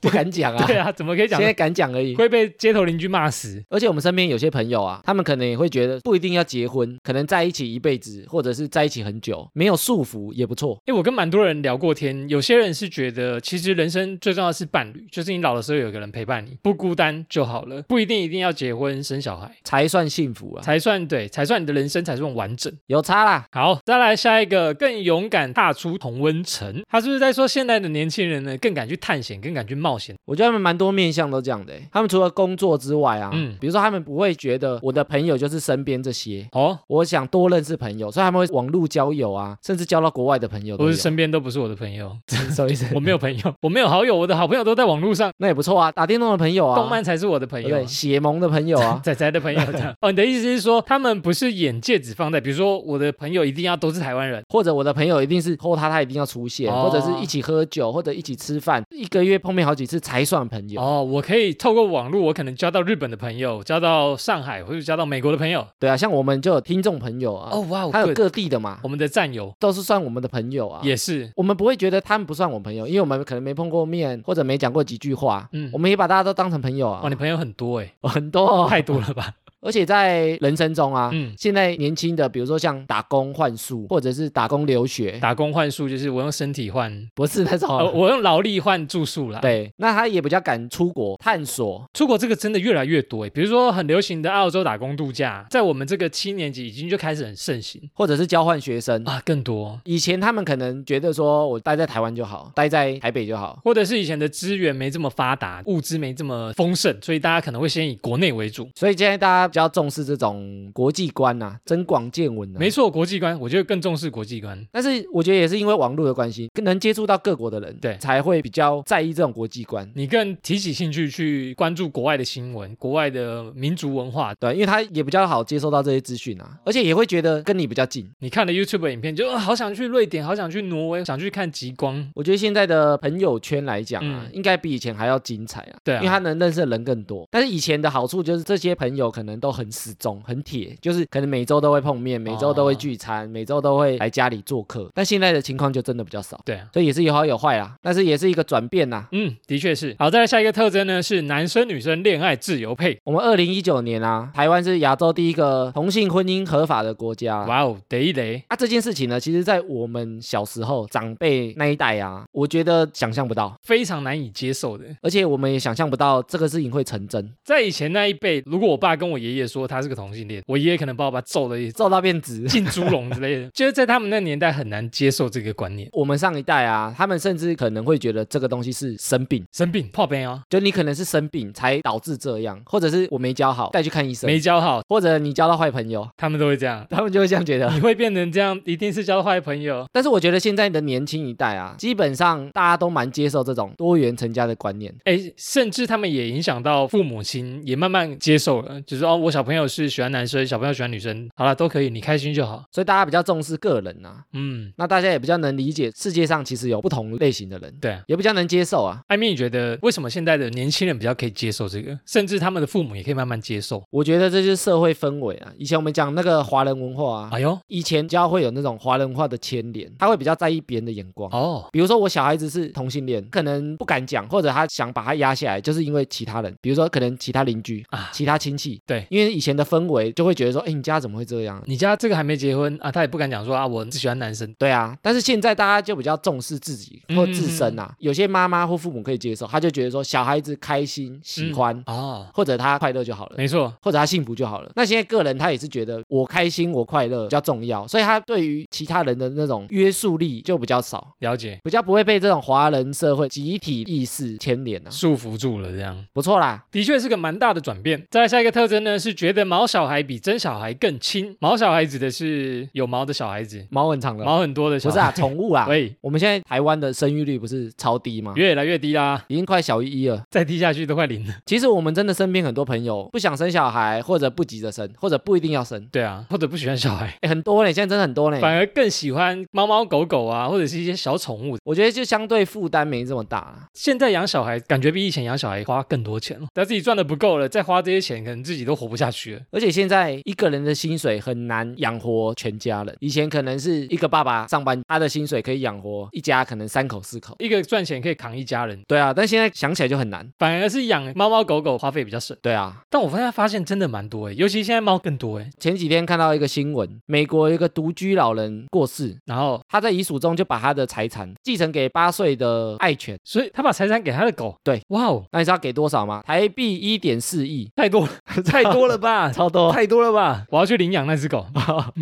Speaker 2: 不敢讲 啊，
Speaker 1: 对啊，怎么可以讲
Speaker 2: 现？在敢讲而已。
Speaker 1: 会被街头邻居骂死。
Speaker 2: 而且我们身边有些朋友啊，他们可能也会觉得不一定要结婚，可能在一起一辈子，或者是在一起很久，没有束缚也不错。
Speaker 1: 哎，我跟蛮多人聊过天，有些人是觉得，其实人生最重要的是伴侣，就是你老的时候有一个人陪伴你，不孤单就好了，不一定一定要结婚生小孩
Speaker 2: 才算幸福啊，
Speaker 1: 才算对，才算你的人生才算完整。
Speaker 2: 有差啦。
Speaker 1: 好，再来下一个，更勇敢踏出同温层。他是不是在说现在的年轻人呢，更敢去探险，更敢去冒险？
Speaker 2: 我觉得他们蛮多面向都这样的欸、他们除了工作之外啊，
Speaker 1: 嗯
Speaker 2: 比如说他们不会觉得我的朋友就是身边这些，
Speaker 1: 哦，
Speaker 2: 我想多认识朋友，所以他们会网络交友啊，甚至交到国外的朋友都
Speaker 1: 我
Speaker 2: 有
Speaker 1: 是。身边都不是我的朋 友，
Speaker 2: 什么意思？
Speaker 1: 我没有朋友，我没有好友，我的好朋友都在网络上，
Speaker 2: 那也不错啊，打电动的朋友啊，
Speaker 1: 动漫才是我的朋
Speaker 2: 对不
Speaker 1: 友
Speaker 2: 对，。血盟的朋友啊。
Speaker 1: 仔仔的朋友这样哦，你的意思是说，他们不是眼界只放在，比如说我的朋友一定要都是台湾人，
Speaker 2: 或者我的朋友一定是拖他，他一定要出现，
Speaker 1: 哦
Speaker 2: 或者是一起喝酒，或者一起吃饭，一个月碰面好几次才算朋友。
Speaker 1: 哦，我可以透过网络，我可能交到日本的朋友，交到上海或者交到美国的朋友。
Speaker 2: 对啊，像我们就有听众朋友啊，
Speaker 1: 哦，哇，
Speaker 2: 他有
Speaker 1: good
Speaker 2: 各地的嘛，
Speaker 1: 我们的战友
Speaker 2: 都是算我们的朋友啊。
Speaker 1: 也是，
Speaker 2: 我们不会觉得他们不算我朋友，因为我们可能没碰过面，或者没讲过几句话，
Speaker 1: 嗯
Speaker 2: 我，们也把大家都当成朋友啊，
Speaker 1: 哇，你朋友很多哎，
Speaker 2: 很 多、哦，
Speaker 1: 太多了吧？
Speaker 2: 而且在人生中啊，
Speaker 1: 嗯
Speaker 2: 现在年轻的，比如说像打工换宿，或者是打工留学，
Speaker 1: 打工换宿就是我用身体换
Speaker 2: 不是那种，
Speaker 1: 呃，我用劳力换住宿啦。，
Speaker 2: 啊对，那他也比较敢出国探索，
Speaker 1: 出国这个真的越来越多诶，欸比如说很流行的澳洲打工度假，在我们这个七年级已经就开始很盛行
Speaker 2: 或者是交换学生。
Speaker 1: 啊，更多。
Speaker 2: 以前他们可能觉得说我待在台湾就好，待在台北就好，
Speaker 1: 或者是以前的资源没这么发达，物资没这么丰盛，所以大家可能会先以国内为主。
Speaker 2: 所以现在大家比较重视这种国际观呐、增广见闻、啊。
Speaker 1: 没错，国际观，我觉得更重视国际观。
Speaker 2: 但是我觉得也是因为网络的关系，更能接触到各国的人，
Speaker 1: 对
Speaker 2: 才会比较在意这种国际观。
Speaker 1: 你更提起兴趣去关注国外的新闻、国外的民族文化。
Speaker 2: 对，因为他也比较好接收到这些资讯啊，而且也会觉得跟你比较近。
Speaker 1: 你看了 YouTube 影片，就、啊好想去瑞典，好想去挪威，想去看极光。
Speaker 2: 我觉得现在的朋友圈来讲啊，
Speaker 1: 嗯
Speaker 2: 应该比以前还要精彩啊，
Speaker 1: 对啊
Speaker 2: 因为他能认识的人更多。但是以前的好处就是这些朋友可能都很死忠、很铁，就是可能每周都会碰面，每周都
Speaker 1: 哦
Speaker 2: 会聚餐，每周都会来家里做客。但现在的情况就真的比较少，
Speaker 1: 对啊。
Speaker 2: 所以也是有好有坏啊啦，但是也是一个转变啊啦。
Speaker 1: 嗯，的确是。好，再来下一个特征呢，是男生女生恋爱自由配。
Speaker 2: 我们二零一九年啊，台湾是亚洲第一个同性婚姻合法的国家啊。
Speaker 1: 哇哦，得一雷，
Speaker 2: 啊，这件事情呢，其实，在我们小时候长辈那一代啊，我觉得想象不到，
Speaker 1: 非常难以接受的。
Speaker 2: 而且我们也想象不到这个事情会成真，
Speaker 1: 在以前那一辈，如果我爸跟我爷爷说他是个同性恋，我爷爷可能把我爸揍了一
Speaker 2: 揍到变直。
Speaker 1: 进猪笼之类的。就是在他们那年代很难接受这个观念，
Speaker 2: 我们上一代啊，他们甚至可能会觉得这个东西是生病，
Speaker 1: 生病破病啊，
Speaker 2: 就你可能是生病才导致这样，或者是我没教好带去看医生，
Speaker 1: 没教好，
Speaker 2: 或者你交到坏朋友，
Speaker 1: 他们都会这样。
Speaker 2: 他们就会这样觉得。
Speaker 1: 你会变成这样，一定是交坏朋友。
Speaker 2: 但是我觉得现在的年轻一代啊，基本上大家都蛮接受这种多元成家的观念。
Speaker 1: 哎，甚至他们也影响到父母亲，也慢慢接受了，就是哦，我小朋友是喜欢男生，小朋友喜欢女生，好了，都可以，你开心就好。
Speaker 2: 所以大家比较重视个人啊，
Speaker 1: 嗯，
Speaker 2: 那大家也比较能理解世界上其实有不同类型的人，
Speaker 1: 对啊。
Speaker 2: 也比较能接受啊。
Speaker 1: 艾米，你觉得为什么现在的年轻人比较可以接受这个，甚至他们的父母也可以慢慢接受？
Speaker 2: 我觉得这就是社会氛围啊。以前我们讲那个华人文化啊，
Speaker 1: 哎呦，
Speaker 2: 以前就会有那种华人文化的牵连，他会比较在意别人的眼光。
Speaker 1: 哦，
Speaker 2: 比如说我小孩子是同性恋，可能不敢讲，或者他想把他压下来，就是因为其他人，比如说可能其他邻居
Speaker 1: 啊
Speaker 2: 其他亲戚，
Speaker 1: 对
Speaker 2: 因为以前的氛围就会觉得说，哎，你家怎么会这样？
Speaker 1: 你家这个还没结婚啊，他也不敢讲说啊，我只喜欢男生。
Speaker 2: 对啊，但是现在大家就比较重视自己
Speaker 1: 嗯
Speaker 2: 或自身啊，有些妈妈或父母可以接受，他就觉得说小孩子开心、喜欢，
Speaker 1: 哦，
Speaker 2: 或者他快乐就好了。
Speaker 1: 没错，
Speaker 2: 或者他幸福就好了。那现在个人他也是觉得我开心我快乐比较重要，所以他对于其他人的那种约束力就比较少，
Speaker 1: 了解，
Speaker 2: 比较不会被这种华人社会集体意识牵连啊。
Speaker 1: 束缚住了这样。
Speaker 2: 不错啦，
Speaker 1: 的确是个蛮大的转变。再来下一个特征呢，是觉得毛小孩比真小孩更亲。毛小孩指的是有毛的小孩子，
Speaker 2: 毛很长了，
Speaker 1: 毛很多的小
Speaker 2: 不是
Speaker 1: 孩，
Speaker 2: 啊，宠 物啊。
Speaker 1: 喂，
Speaker 2: 我们现在台湾的生育率不是超低吗？
Speaker 1: 越来越低啦，
Speaker 2: 已经快小于一了。
Speaker 1: 再低下去都快零了。
Speaker 2: 其实我们真的身边很多朋友不想生小孩，或者不急着生，或者不一定要生，
Speaker 1: 对啊，或者不喜欢小孩，
Speaker 2: 哎，很多嘞，现在真的很多嘞。
Speaker 1: 反而更喜欢猫猫狗狗啊，或者是一些小宠物。
Speaker 2: 我觉得就相对负担没这么大啦。
Speaker 1: 现在养小孩感觉比以前养小孩花更多钱了，但自己赚的不够了，再花这些钱，可能自己都活不下去了。
Speaker 2: 而且现在一个人的薪水很难养活全家人，以前可能是一个爸爸上班，他的薪水可以养活一家可能三口四口。
Speaker 1: 一个赚钱可以扛一家人，
Speaker 2: 对啊，但现在想起来就很难。
Speaker 1: 反而是养猫猫狗狗花费比较省。
Speaker 2: 对啊，
Speaker 1: 但我发现发现真的蛮多诶，欸尤其现在猫更多欸诶。
Speaker 2: 前几天看到一个新闻，美国有一个独居老人过世，
Speaker 1: 然后，
Speaker 2: 他在遗嘱中就把他的财产继承给八岁的爱犬。
Speaker 1: 所以他把财产给他的狗。
Speaker 2: 对，
Speaker 1: 哇哦，
Speaker 2: 那你知道给多少吗？台币一点四亿，
Speaker 1: 太多了， 太多了吧，
Speaker 2: 超多，
Speaker 1: 太多了吧！我要去领养那只 狗，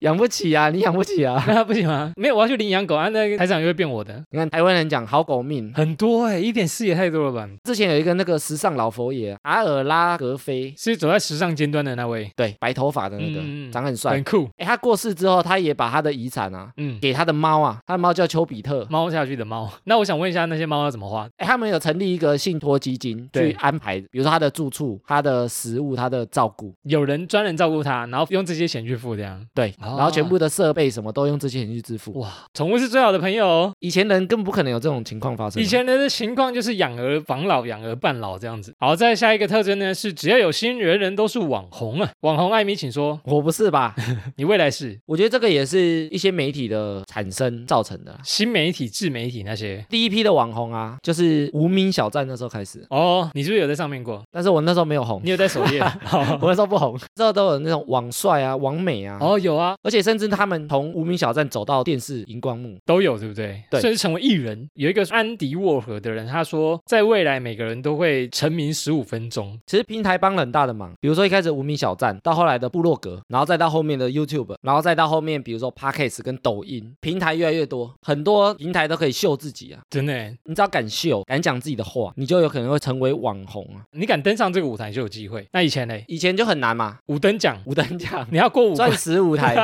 Speaker 2: 养不起啊， 你养不起啊。
Speaker 1: 那不行吗？没有，我要去领养狗，啊，那个财产就会变我的，
Speaker 2: 你看台湾人讲好狗命，
Speaker 1: 很多哎、一点事也太多了吧？
Speaker 2: 之前有一个那个时尚老佛爷阿尔拉格菲，
Speaker 1: 是走在时尚尖端的那位，
Speaker 2: 对，白头发的那个，
Speaker 1: 嗯嗯嗯
Speaker 2: 长很帅
Speaker 1: 很。酷，
Speaker 2: 哎，他过世之后，他也把他的遗产啊
Speaker 1: 嗯。
Speaker 2: 给他的猫啊，他的猫叫丘比特。
Speaker 1: 猫下去的猫， 那我想问一下，那些猫要怎么花？
Speaker 2: 哎，他们有成立一个信托基金
Speaker 1: 对
Speaker 2: 去安排，比如说他的住处、他的食物、他的照顾，
Speaker 1: 有人专人照顾它，然后用这些钱去付，这样
Speaker 2: 对，
Speaker 1: 哦
Speaker 2: 然后全部的设备什么都用这些钱去支付。
Speaker 1: 哇，宠物是最好的朋友哦。
Speaker 2: 以前人根本不可能有这种情况发生。啊
Speaker 1: 以前的情况就是养儿防老、养儿伴老这样子。好，再下一个特征呢是，只要有心，人人都是网红啊。网红艾米，请说，
Speaker 2: 我不是吧？
Speaker 1: 你未来是
Speaker 2: 我觉得这个也是一些媒体的产生造成的啦。啊
Speaker 1: 新媒体、自媒体那些。
Speaker 2: 第一批的网红啊，就是无名小站那时候开始，
Speaker 1: 哦，你是不是有在上面过？
Speaker 2: 但是我那时候没有红，
Speaker 1: 你有在首页？哦
Speaker 2: 我那时候不红，之后都有那种网帅啊、网美啊，
Speaker 1: 哦，有啊，
Speaker 2: 而且甚至他们从无名小站走到电视荧光幕，
Speaker 1: 都有，对不对？
Speaker 2: 对
Speaker 1: 甚至成为艺人。有一个安迪沃荷的人，他说，在未来每个人都会成名十五分钟。
Speaker 2: 其实平台帮了很大的忙，比如说一开始无名小站，到后来的部落格，然后再到后面的 YouTube，然后再到后面比如说 Podcast 跟抖音，平台越来越多，很多平台都可以秀自己啊。
Speaker 1: 真的耶，
Speaker 2: 你只要敢秀，敢讲自己的话，你就有可能会成为网红啊。
Speaker 1: 你敢登上这个舞台就有机会。那以前前嘞，
Speaker 2: 以前就很难嘛，
Speaker 1: 五等奖，
Speaker 2: 五等奖
Speaker 1: 你要过 五关
Speaker 2: 钻，石舞台，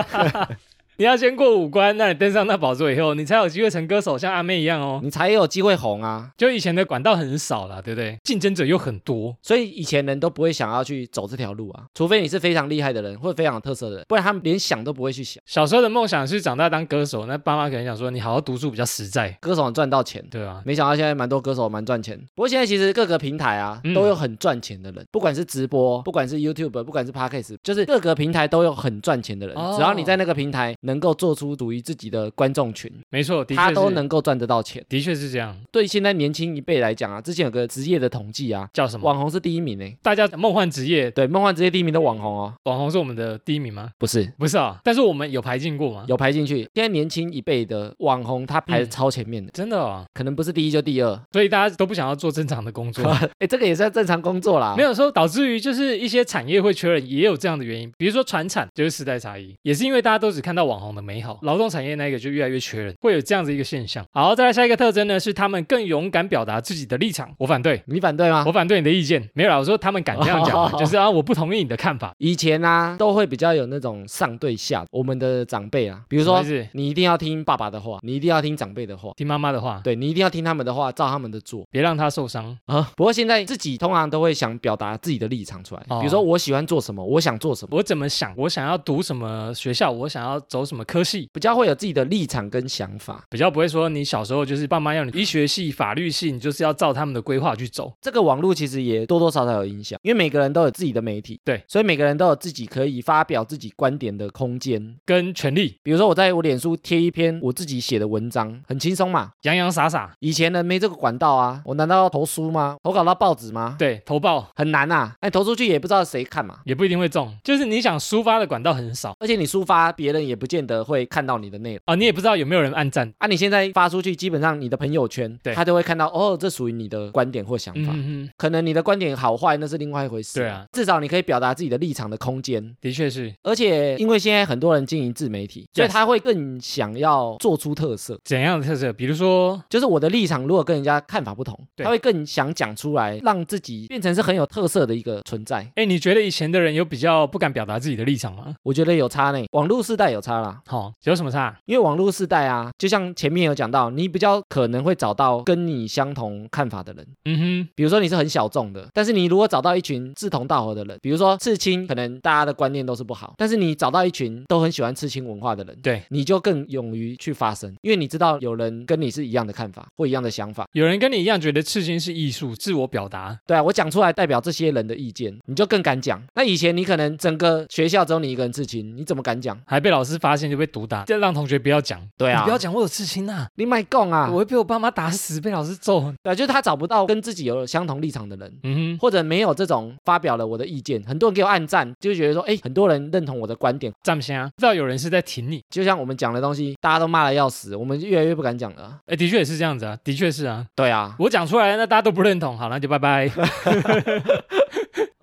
Speaker 1: 你要先过五关，那你登上那宝座以后，你才有机会成歌手，像阿妹一样哦。
Speaker 2: 你才有机会红啊。
Speaker 1: 就以前的管道很少啦，对不对？竞争者又很多，
Speaker 2: 所以以前人都不会想要去走这条路啊，除非你是非常厉害的人或者非常有特色的人，不然他们连想都不会去想。
Speaker 1: 小时候的梦想是长大当歌手，那爸妈可能想说你好好读书比较实在，
Speaker 2: 歌手能赚到钱，
Speaker 1: 对啊吧、
Speaker 2: 没想到现在蛮多歌手蛮赚钱，不过现在其实各个平台啊、
Speaker 1: 嗯
Speaker 2: 都有很赚钱的人，不管是直播，不管是 YouTube，不管是 Podcast，就是各个平台都有很赚钱的人，
Speaker 1: 哦
Speaker 2: 只要你在那个平台能够做出属于自己的观众群，
Speaker 1: 没错，的确
Speaker 2: 他
Speaker 1: 是
Speaker 2: 都，能够赚得到钱。
Speaker 1: 的确是这样。
Speaker 2: 对现在年轻一辈来讲啊，之前有个职业的统计啊，
Speaker 1: 叫什么？
Speaker 2: 网红是第一名诶、
Speaker 1: 大家梦幻职业，
Speaker 2: 对，梦幻职业第一名的网红哦，
Speaker 1: 网红是我们的第一名吗？
Speaker 2: 不是
Speaker 1: 不是啊，但是我们有排进过吗？
Speaker 2: 有排进去。现在年轻一辈的网红，他排的
Speaker 1: 嗯
Speaker 2: 超前面的，
Speaker 1: 真的哦，
Speaker 2: 可能不是第一就第二。
Speaker 1: 所以大家都不想要做正常的工作。
Speaker 2: 哎，这个也算正常工作啦。
Speaker 1: 没
Speaker 2: 有，
Speaker 1: 有说导致于就是一些产业会缺人，也有这样的原因，比如说传产就是时代差异，也是因为大家都只看到网红的美好，劳动产业那个就越来越缺人，会有这样子一个现象。好，再来下一个特征呢，是他们更勇敢表达自己的立场。我反对，
Speaker 2: 你反对吗
Speaker 1: 我？反对你的意见，没有啦，我说他们敢这样 讲，
Speaker 2: 哦
Speaker 1: 就是啊，我不同意你的看法。
Speaker 2: 以前啊，都会比较有那种上对下，我们的长辈啊，比如说
Speaker 1: 什么意思
Speaker 2: 你一定要听爸爸的话，你一定要听长辈的话，
Speaker 1: 听妈妈的话，
Speaker 2: 对你一定要听他们的话，照他们的做
Speaker 1: 别让他受伤。
Speaker 2: 啊。不过现在自己通常都会想表达自己的立场出来，
Speaker 1: 哦
Speaker 2: 比如说我喜欢做什么，我想做什么，
Speaker 1: 我怎么想，我想要读什么学校，我想要走什么科系，
Speaker 2: 比较会有自己的立场跟想法。
Speaker 1: 比较不会说你小时候就是爸妈要你医学系、法律系，你就是要照他们的规划去走。
Speaker 2: 这个网络其实也多多少少有影响，因为每个人都有自己的媒体，
Speaker 1: 对，
Speaker 2: 所以每个人都有自己可以发表自己观点的空间。
Speaker 1: 跟权力
Speaker 2: 比如说我在我脸书贴一篇我自己写的文章，很轻松嘛。
Speaker 1: 洋洋洒洒，
Speaker 2: 以前人没这个管道啊，我难道要投书吗？投稿到报纸吗？，
Speaker 1: 对，投报
Speaker 2: 很难啊。哎，投出去也不知道谁看嘛。
Speaker 1: 也不一定会中，就是你想抒发的管道很少
Speaker 2: 而且你抒发，别人也不见得会看到你的内容
Speaker 1: 啊，你也不知道有没有人按赞。
Speaker 2: 啊。你现在发出去，基本上你的朋友圈，
Speaker 1: 对
Speaker 2: 他都会看到哦，这属于你的观点或想
Speaker 1: 嗯
Speaker 2: 法。
Speaker 1: 哼哼，
Speaker 2: 可能你的观点好坏那是另外一回事、
Speaker 1: 对啊，
Speaker 2: 至少你可以表达自己的立场的空间。
Speaker 1: 的确是
Speaker 2: 而且因为现在很多人经营自媒体，所以
Speaker 1: Yes
Speaker 2: 他会更想要做出特色。
Speaker 1: 怎样的特色？比如说，
Speaker 2: 就是我的立场如果跟人家看法不同，
Speaker 1: 对
Speaker 2: 他会更想讲出来，让自己变成是很有特色的一个存在。
Speaker 1: 哎，你觉得以前的人有比较不敢表达自己的立场吗？
Speaker 2: 我觉得有差呢，网络世代有差啦，
Speaker 1: 好、有什么差？
Speaker 2: 因为网络世代啊，就像前面有讲到，你比较可能会找到跟你相同看法的人。
Speaker 1: 嗯哼，
Speaker 2: 比如说你是很小众的，但是你如果找到一群志同道合的人，比如说刺青，可能大家的观念都是不好，但是你找到一群都很喜欢刺青文化的人，
Speaker 1: 对，
Speaker 2: 你就更勇于去发声，因为你知道有人跟你是一样的看法或一样的想法。
Speaker 1: 有人跟你一样觉得刺青是艺术，自我表达，
Speaker 2: 对啊，我讲出来代表这些人的意见，你就更敢讲。那以前你可能整个学校只有你一个人刺青，你怎么敢讲？
Speaker 1: 还被老师发现就被毒打，就让同学不要讲。
Speaker 2: 对啊
Speaker 1: 你不要讲我有刺青啊，
Speaker 2: 你卖供啊
Speaker 1: 我！会被我爸妈打死，被老师揍。
Speaker 2: 对啊，就是他找不到跟自己有相同立场的人。
Speaker 1: 嗯哼，
Speaker 2: 或者没有这种发表了我的意见，很多人给我暗赞，就觉得说，哎，很多人认同我的观点。
Speaker 1: 站不下，不知道有人是在挺你。
Speaker 2: 就像我们讲的东西，大家都骂的要死，我们越来越不敢讲了啊。
Speaker 1: 哎，的确也是这样子啊，的确是啊。
Speaker 2: 对啊，
Speaker 1: 我讲出来，那大家都不认同，好，那就拜 拜。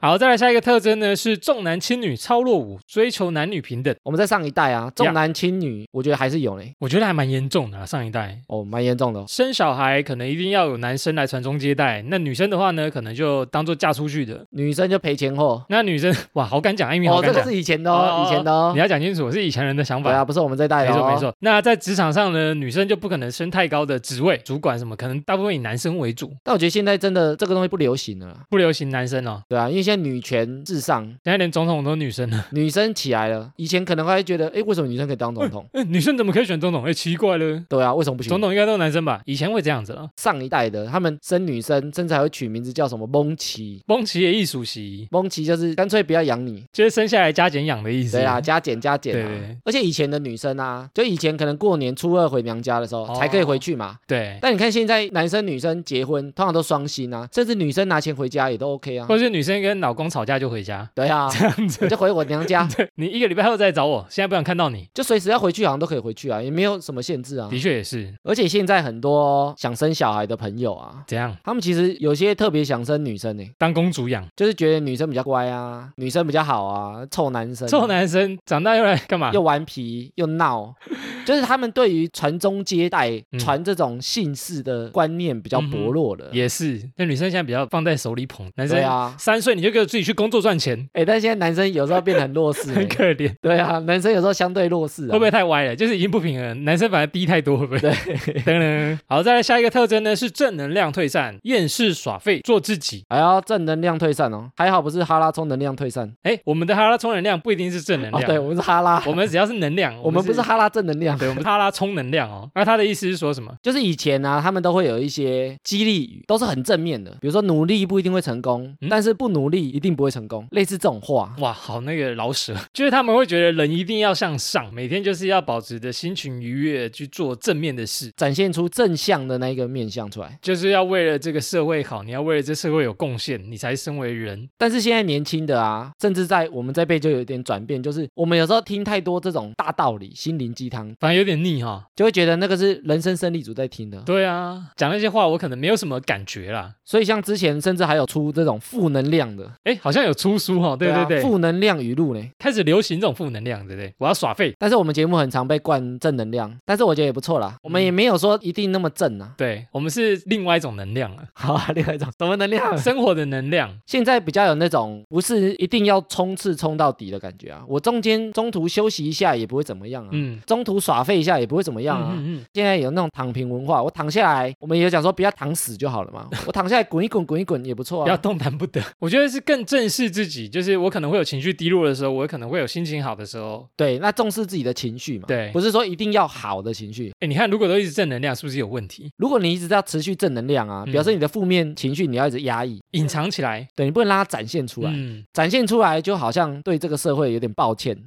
Speaker 1: 好，再来下一个特征呢，是重男轻女、超落伍，追求男女平等，
Speaker 2: 我们在上一代啊，重男轻女，我觉得还是有呢。
Speaker 1: 我觉得还蛮严重的、啊。上一代
Speaker 2: 哦，蛮严重的、哦。
Speaker 1: 生小孩可能一定要有男生来传宗接代，那女生的话呢，可能就当做嫁出去的。
Speaker 2: 女生就赔钱货。
Speaker 1: 那女生 哇，好敢讲，艾米，好
Speaker 2: 哦，这
Speaker 1: 敢
Speaker 2: 个
Speaker 1: 讲，
Speaker 2: 是以前的
Speaker 1: 哦
Speaker 2: 哦，以前的哦
Speaker 1: 你。要讲清楚，是以前人的想
Speaker 2: 对
Speaker 1: 法。
Speaker 2: 啊，不是我们这一代
Speaker 1: 没
Speaker 2: 的、
Speaker 1: 错
Speaker 2: 哦。
Speaker 1: 没。错，那在职场上呢，女生就不可能升太高的职位，主管什么，可能大部分以男生为主，
Speaker 2: 但我觉得现在真的这个东西不流行了啦，
Speaker 1: 不流行男生哦。
Speaker 2: 对啊，因为现在女权至上，
Speaker 1: 现在连总统都女生了，
Speaker 2: 女生起来了。以前可能还会觉得，哎，为什么女生可以当总 统？
Speaker 1: 嗯，女生怎么可以选总统？哎，奇怪了。
Speaker 2: 对啊，为什么不行
Speaker 1: 总？统应该都是男生吧？以前会这样子了。
Speaker 2: 上一代的他们生女生，甚至还会取名字叫什么蒙奇，
Speaker 1: 蒙奇的艺术席
Speaker 2: 蒙奇就是干脆不要养你，
Speaker 1: 就是生下来加减养的意思。
Speaker 2: 对啊，，加减加减、啊。
Speaker 1: 对对
Speaker 2: 而且以前的女生啊，就以前可能过年初二回娘家的时候、
Speaker 1: 哦
Speaker 2: 才可以回去嘛。
Speaker 1: 对，
Speaker 2: 但你看现在男生女生结婚通常都双薪啊，甚至女生拿钱回家也都 OK 啊。
Speaker 1: 或是女生跟老公吵架就回家，
Speaker 2: 对 啊，
Speaker 1: 这样子
Speaker 2: 我就回我娘家，
Speaker 1: 你一个礼拜后再找我，现在不想看到你。
Speaker 2: 就随时要回去好像都可以回去啊，也没有什么限制啊
Speaker 1: 的。确也是
Speaker 2: 而且现在很多想生小孩的朋友啊，
Speaker 1: 怎样，
Speaker 2: 他们其实有些特别想生女生呢、欸
Speaker 1: 当公主养，
Speaker 2: 就是觉得女生比较乖啊，女生比较好啊，臭男生，
Speaker 1: 臭男生长大又来干嘛？
Speaker 2: 又顽皮又 闹，就是他们对于传宗接代、
Speaker 1: 嗯
Speaker 2: 传这种姓氏的观念比较薄弱了。
Speaker 1: 也是，那女生现在比较放在手里捧，男生
Speaker 2: 对啊，
Speaker 1: 三岁你就给我自己去工作赚钱，
Speaker 2: 哎、但现在男生有时候变得很弱 势、
Speaker 1: 很
Speaker 2: 欸，
Speaker 1: 可怜，
Speaker 2: 对啊，男生有时候相对弱势、啊，
Speaker 1: 会不会太歪了？就是已经不平衡了，男生反而低太多，会不会？
Speaker 2: 对，
Speaker 1: 等等。好，再来下一个特征呢是正能量退散，厌世耍废，做自己。
Speaker 2: 哎呀，正能量退散哦，还好不是哈拉充能量退散
Speaker 1: 哎，我们的哈拉充能量不一定是正能
Speaker 2: 哦，
Speaker 1: 量，
Speaker 2: 对，我们是哈拉，
Speaker 1: 我们只要是能量，
Speaker 2: 我们不是哈拉正能量，
Speaker 1: 对，我们哈拉充能量哦。那他的意思是说什么？
Speaker 2: 就是以前啊，他们都会有一些激励语，都是很正面的，比如说努力不一定会成功，
Speaker 1: 嗯
Speaker 2: 但是不努力一定不会成功，类似这种话。
Speaker 1: 哇，好那个老舍， 就是他们会觉得人一定要向上，每天就是要保持着心情愉悦去做正面的事，
Speaker 2: 展现出正向的那一个面相出来，
Speaker 1: 就是要为了这个社会好，你要为了这社会有贡献，你才身为人。
Speaker 2: 但是现在年轻的啊，甚至在我们这辈就有一点转变，就是我们有时候听太多这种大道理、心灵鸡汤，
Speaker 1: 反正有点腻哈、
Speaker 2: 就会觉得那个是人生胜利组在听的。
Speaker 1: 对啊，讲那些话我可能没有什么感觉啦。
Speaker 2: 所以像之前甚至还有出这种负能量的，
Speaker 1: 哎，好像有出书哈、对对
Speaker 2: 啊
Speaker 1: 对，
Speaker 2: 负能量语录呢。
Speaker 1: 开始流行这种负能量，对不对？我要耍废，
Speaker 2: 但是我们节目很常被灌正能量，但是我觉得也不错啦，我
Speaker 1: 嗯
Speaker 2: 们也没有说一定那么正啊。
Speaker 1: 对我们是另外一种能量啊，
Speaker 2: 好啊，另外一种什么能量？
Speaker 1: 生活的能量。
Speaker 2: 现在比较有那种不是一定要冲刺冲到底的感觉啊，我中间中途休息一下也不会怎么样啊，
Speaker 1: 嗯，
Speaker 2: 中途耍废一下也不会怎么样啊。
Speaker 1: 嗯嗯
Speaker 2: 现在有那种躺平文化，我躺下来，我们也有讲说不要躺死就好 了嘛，我躺下来滚一滚滚一滚也不错
Speaker 1: 不要
Speaker 2: 啊。
Speaker 1: 动弹不得。 我觉得是更正视自己，就是我可能会有情绪低落的时候，我可能会有心情好的时候。
Speaker 2: 对，那重视自己的情绪嘛，
Speaker 1: 对
Speaker 2: 不是说一定要好的情绪。
Speaker 1: 哎，你看，如果都一直正能量，是不是有问题？
Speaker 2: 如果你一直要持续正能量啊，
Speaker 1: 嗯
Speaker 2: 表示你的负面情绪你要一直压抑，
Speaker 1: 隐藏起来，
Speaker 2: 对你不能让它展现出来，
Speaker 1: 嗯，
Speaker 2: 展现出来就好像对这个社会有点抱 歉，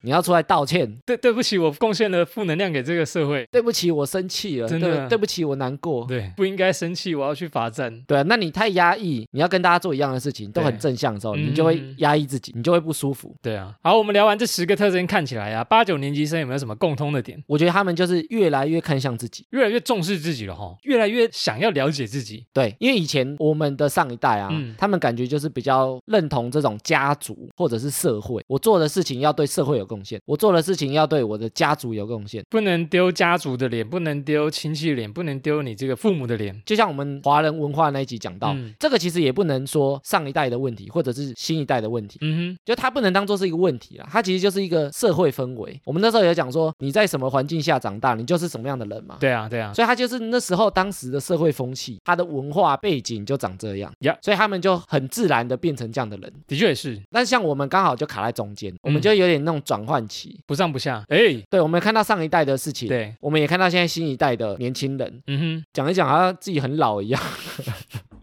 Speaker 2: 你要出来道歉，
Speaker 1: 对，对不起，我贡献了负能量给这个社会，
Speaker 2: 对不起，我生气了，
Speaker 1: 真
Speaker 2: 对
Speaker 1: 的
Speaker 2: 对不起，我难过。
Speaker 1: 对，不应该生气，我要去罚站。
Speaker 2: 对啊，那你太压抑，你要跟大家做一样的事情，都
Speaker 1: 对
Speaker 2: 很正向的时候，
Speaker 1: 嗯
Speaker 2: 你就会压抑自己，你就会不舒服。
Speaker 1: 对啊，好，我们聊完这十个特征，看起来啊，八九年级生有没有什么共通的点？
Speaker 2: 我觉得他们就是越来越看向自己。
Speaker 1: 越来越重视自己了哈，越来越想要了解自己。
Speaker 2: 对，因为以前我们的上一代啊，
Speaker 1: 嗯
Speaker 2: 他们感觉就是比较认同这种家族或者是社会，我做的事情要对社会有贡献，我做的事情要对我的家族有贡献。
Speaker 1: 不能丢家族的脸，不能丢亲戚的脸，不能丢你这个父母的脸。
Speaker 2: 就像我们华人文化那一集讲到，
Speaker 1: 嗯
Speaker 2: 这个其实也不能说上一代的问题，或者是新一代的问题，
Speaker 1: 嗯
Speaker 2: 就它不能当做是一个问题啦，它其实就是一个社会氛围。我们那时候有讲说，你在什么环境下长大，你就是什么样的人嘛
Speaker 1: 哼，。对啊，对啊，
Speaker 2: 所以他就是那时候当时的社会风气，他的文化背景就长这样
Speaker 1: Yeah
Speaker 2: 所以他们就很自然的变成这样的人。
Speaker 1: 的确也是
Speaker 2: 但像我们刚好就卡在中间，我们
Speaker 1: 嗯
Speaker 2: 就有点那种转换期。
Speaker 1: 不上不下。哎、
Speaker 2: 对，我们看到上一代的事情，
Speaker 1: 对，
Speaker 2: 我们也看到现在新一代的年轻人，
Speaker 1: 嗯哼，
Speaker 2: 讲一讲好像自己很老一样，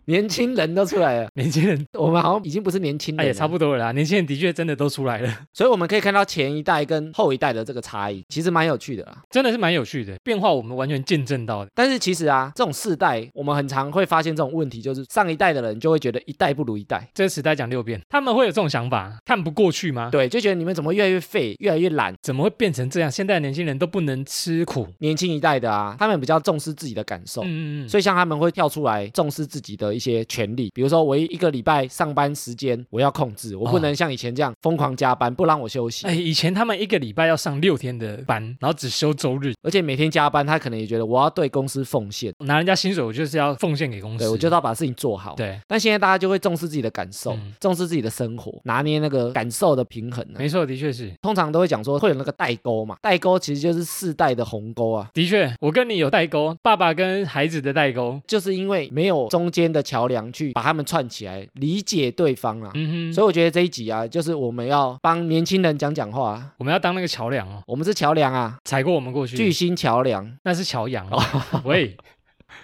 Speaker 2: 年轻人都出来了，
Speaker 1: 年轻人
Speaker 2: 我们好像已经不是年轻
Speaker 1: 哎
Speaker 2: 人了，
Speaker 1: 也差不多了啦，年轻人的确真的都出来了，
Speaker 2: 所以我们可以看到前一代跟后一代的这个差异，其实蛮有趣的啦。
Speaker 1: 真的是蛮有趣的变化，我们完全见证到的。
Speaker 2: 但是其实啊，这种世代，我们很常会发现这种问题，就是上一代的人就会觉得一代不如一代，
Speaker 1: 这个时代讲六遍，他们会有这种想法，看不过去 吗？
Speaker 2: 对，就觉得你们怎么越来越废，越来越懒。
Speaker 1: 怎么会变成这样？现在的年轻人都不能吃苦。
Speaker 2: 年轻一代的啊，他们比较重视自己的感受。
Speaker 1: 嗯嗯嗯，
Speaker 2: 所以，像他们会跳出来重视自己的一些权利，比如说，我一个礼拜上班时间我要控制，我不
Speaker 1: 哦
Speaker 2: 能像以前这样疯狂加班，不让我休息。
Speaker 1: 哎，以前他们一个礼拜要上六天的班，然后只休周日，
Speaker 2: 而且每天加班，他可能也觉得我要对公司奉献，
Speaker 1: 拿人家薪水，我就是要奉献给公司。
Speaker 2: 对我就是要把事情做好。
Speaker 1: 对，
Speaker 2: 但现在大家就会重视自己的感受，
Speaker 1: 嗯
Speaker 2: 重视自己的生活，拿捏那个感受的平衡、啊。
Speaker 1: 没错，的确是，
Speaker 2: 通常都会讲说会有那个代沟嘛，代沟其实就是世代的鸿沟啊，
Speaker 1: 的确，我跟你有代沟，爸爸跟孩子的代沟。
Speaker 2: 就是因为没有中间的桥梁去把他们串起来，理解对方啊。
Speaker 1: 嗯哼，
Speaker 2: 所以我觉得这一集啊，就是我们要帮年轻人讲讲话、啊，
Speaker 1: 我们要当那个桥梁哦，
Speaker 2: 我们是桥梁啊，
Speaker 1: 踩过我们过去。
Speaker 2: 巨星桥梁。
Speaker 1: 那是乔洋哦，喂。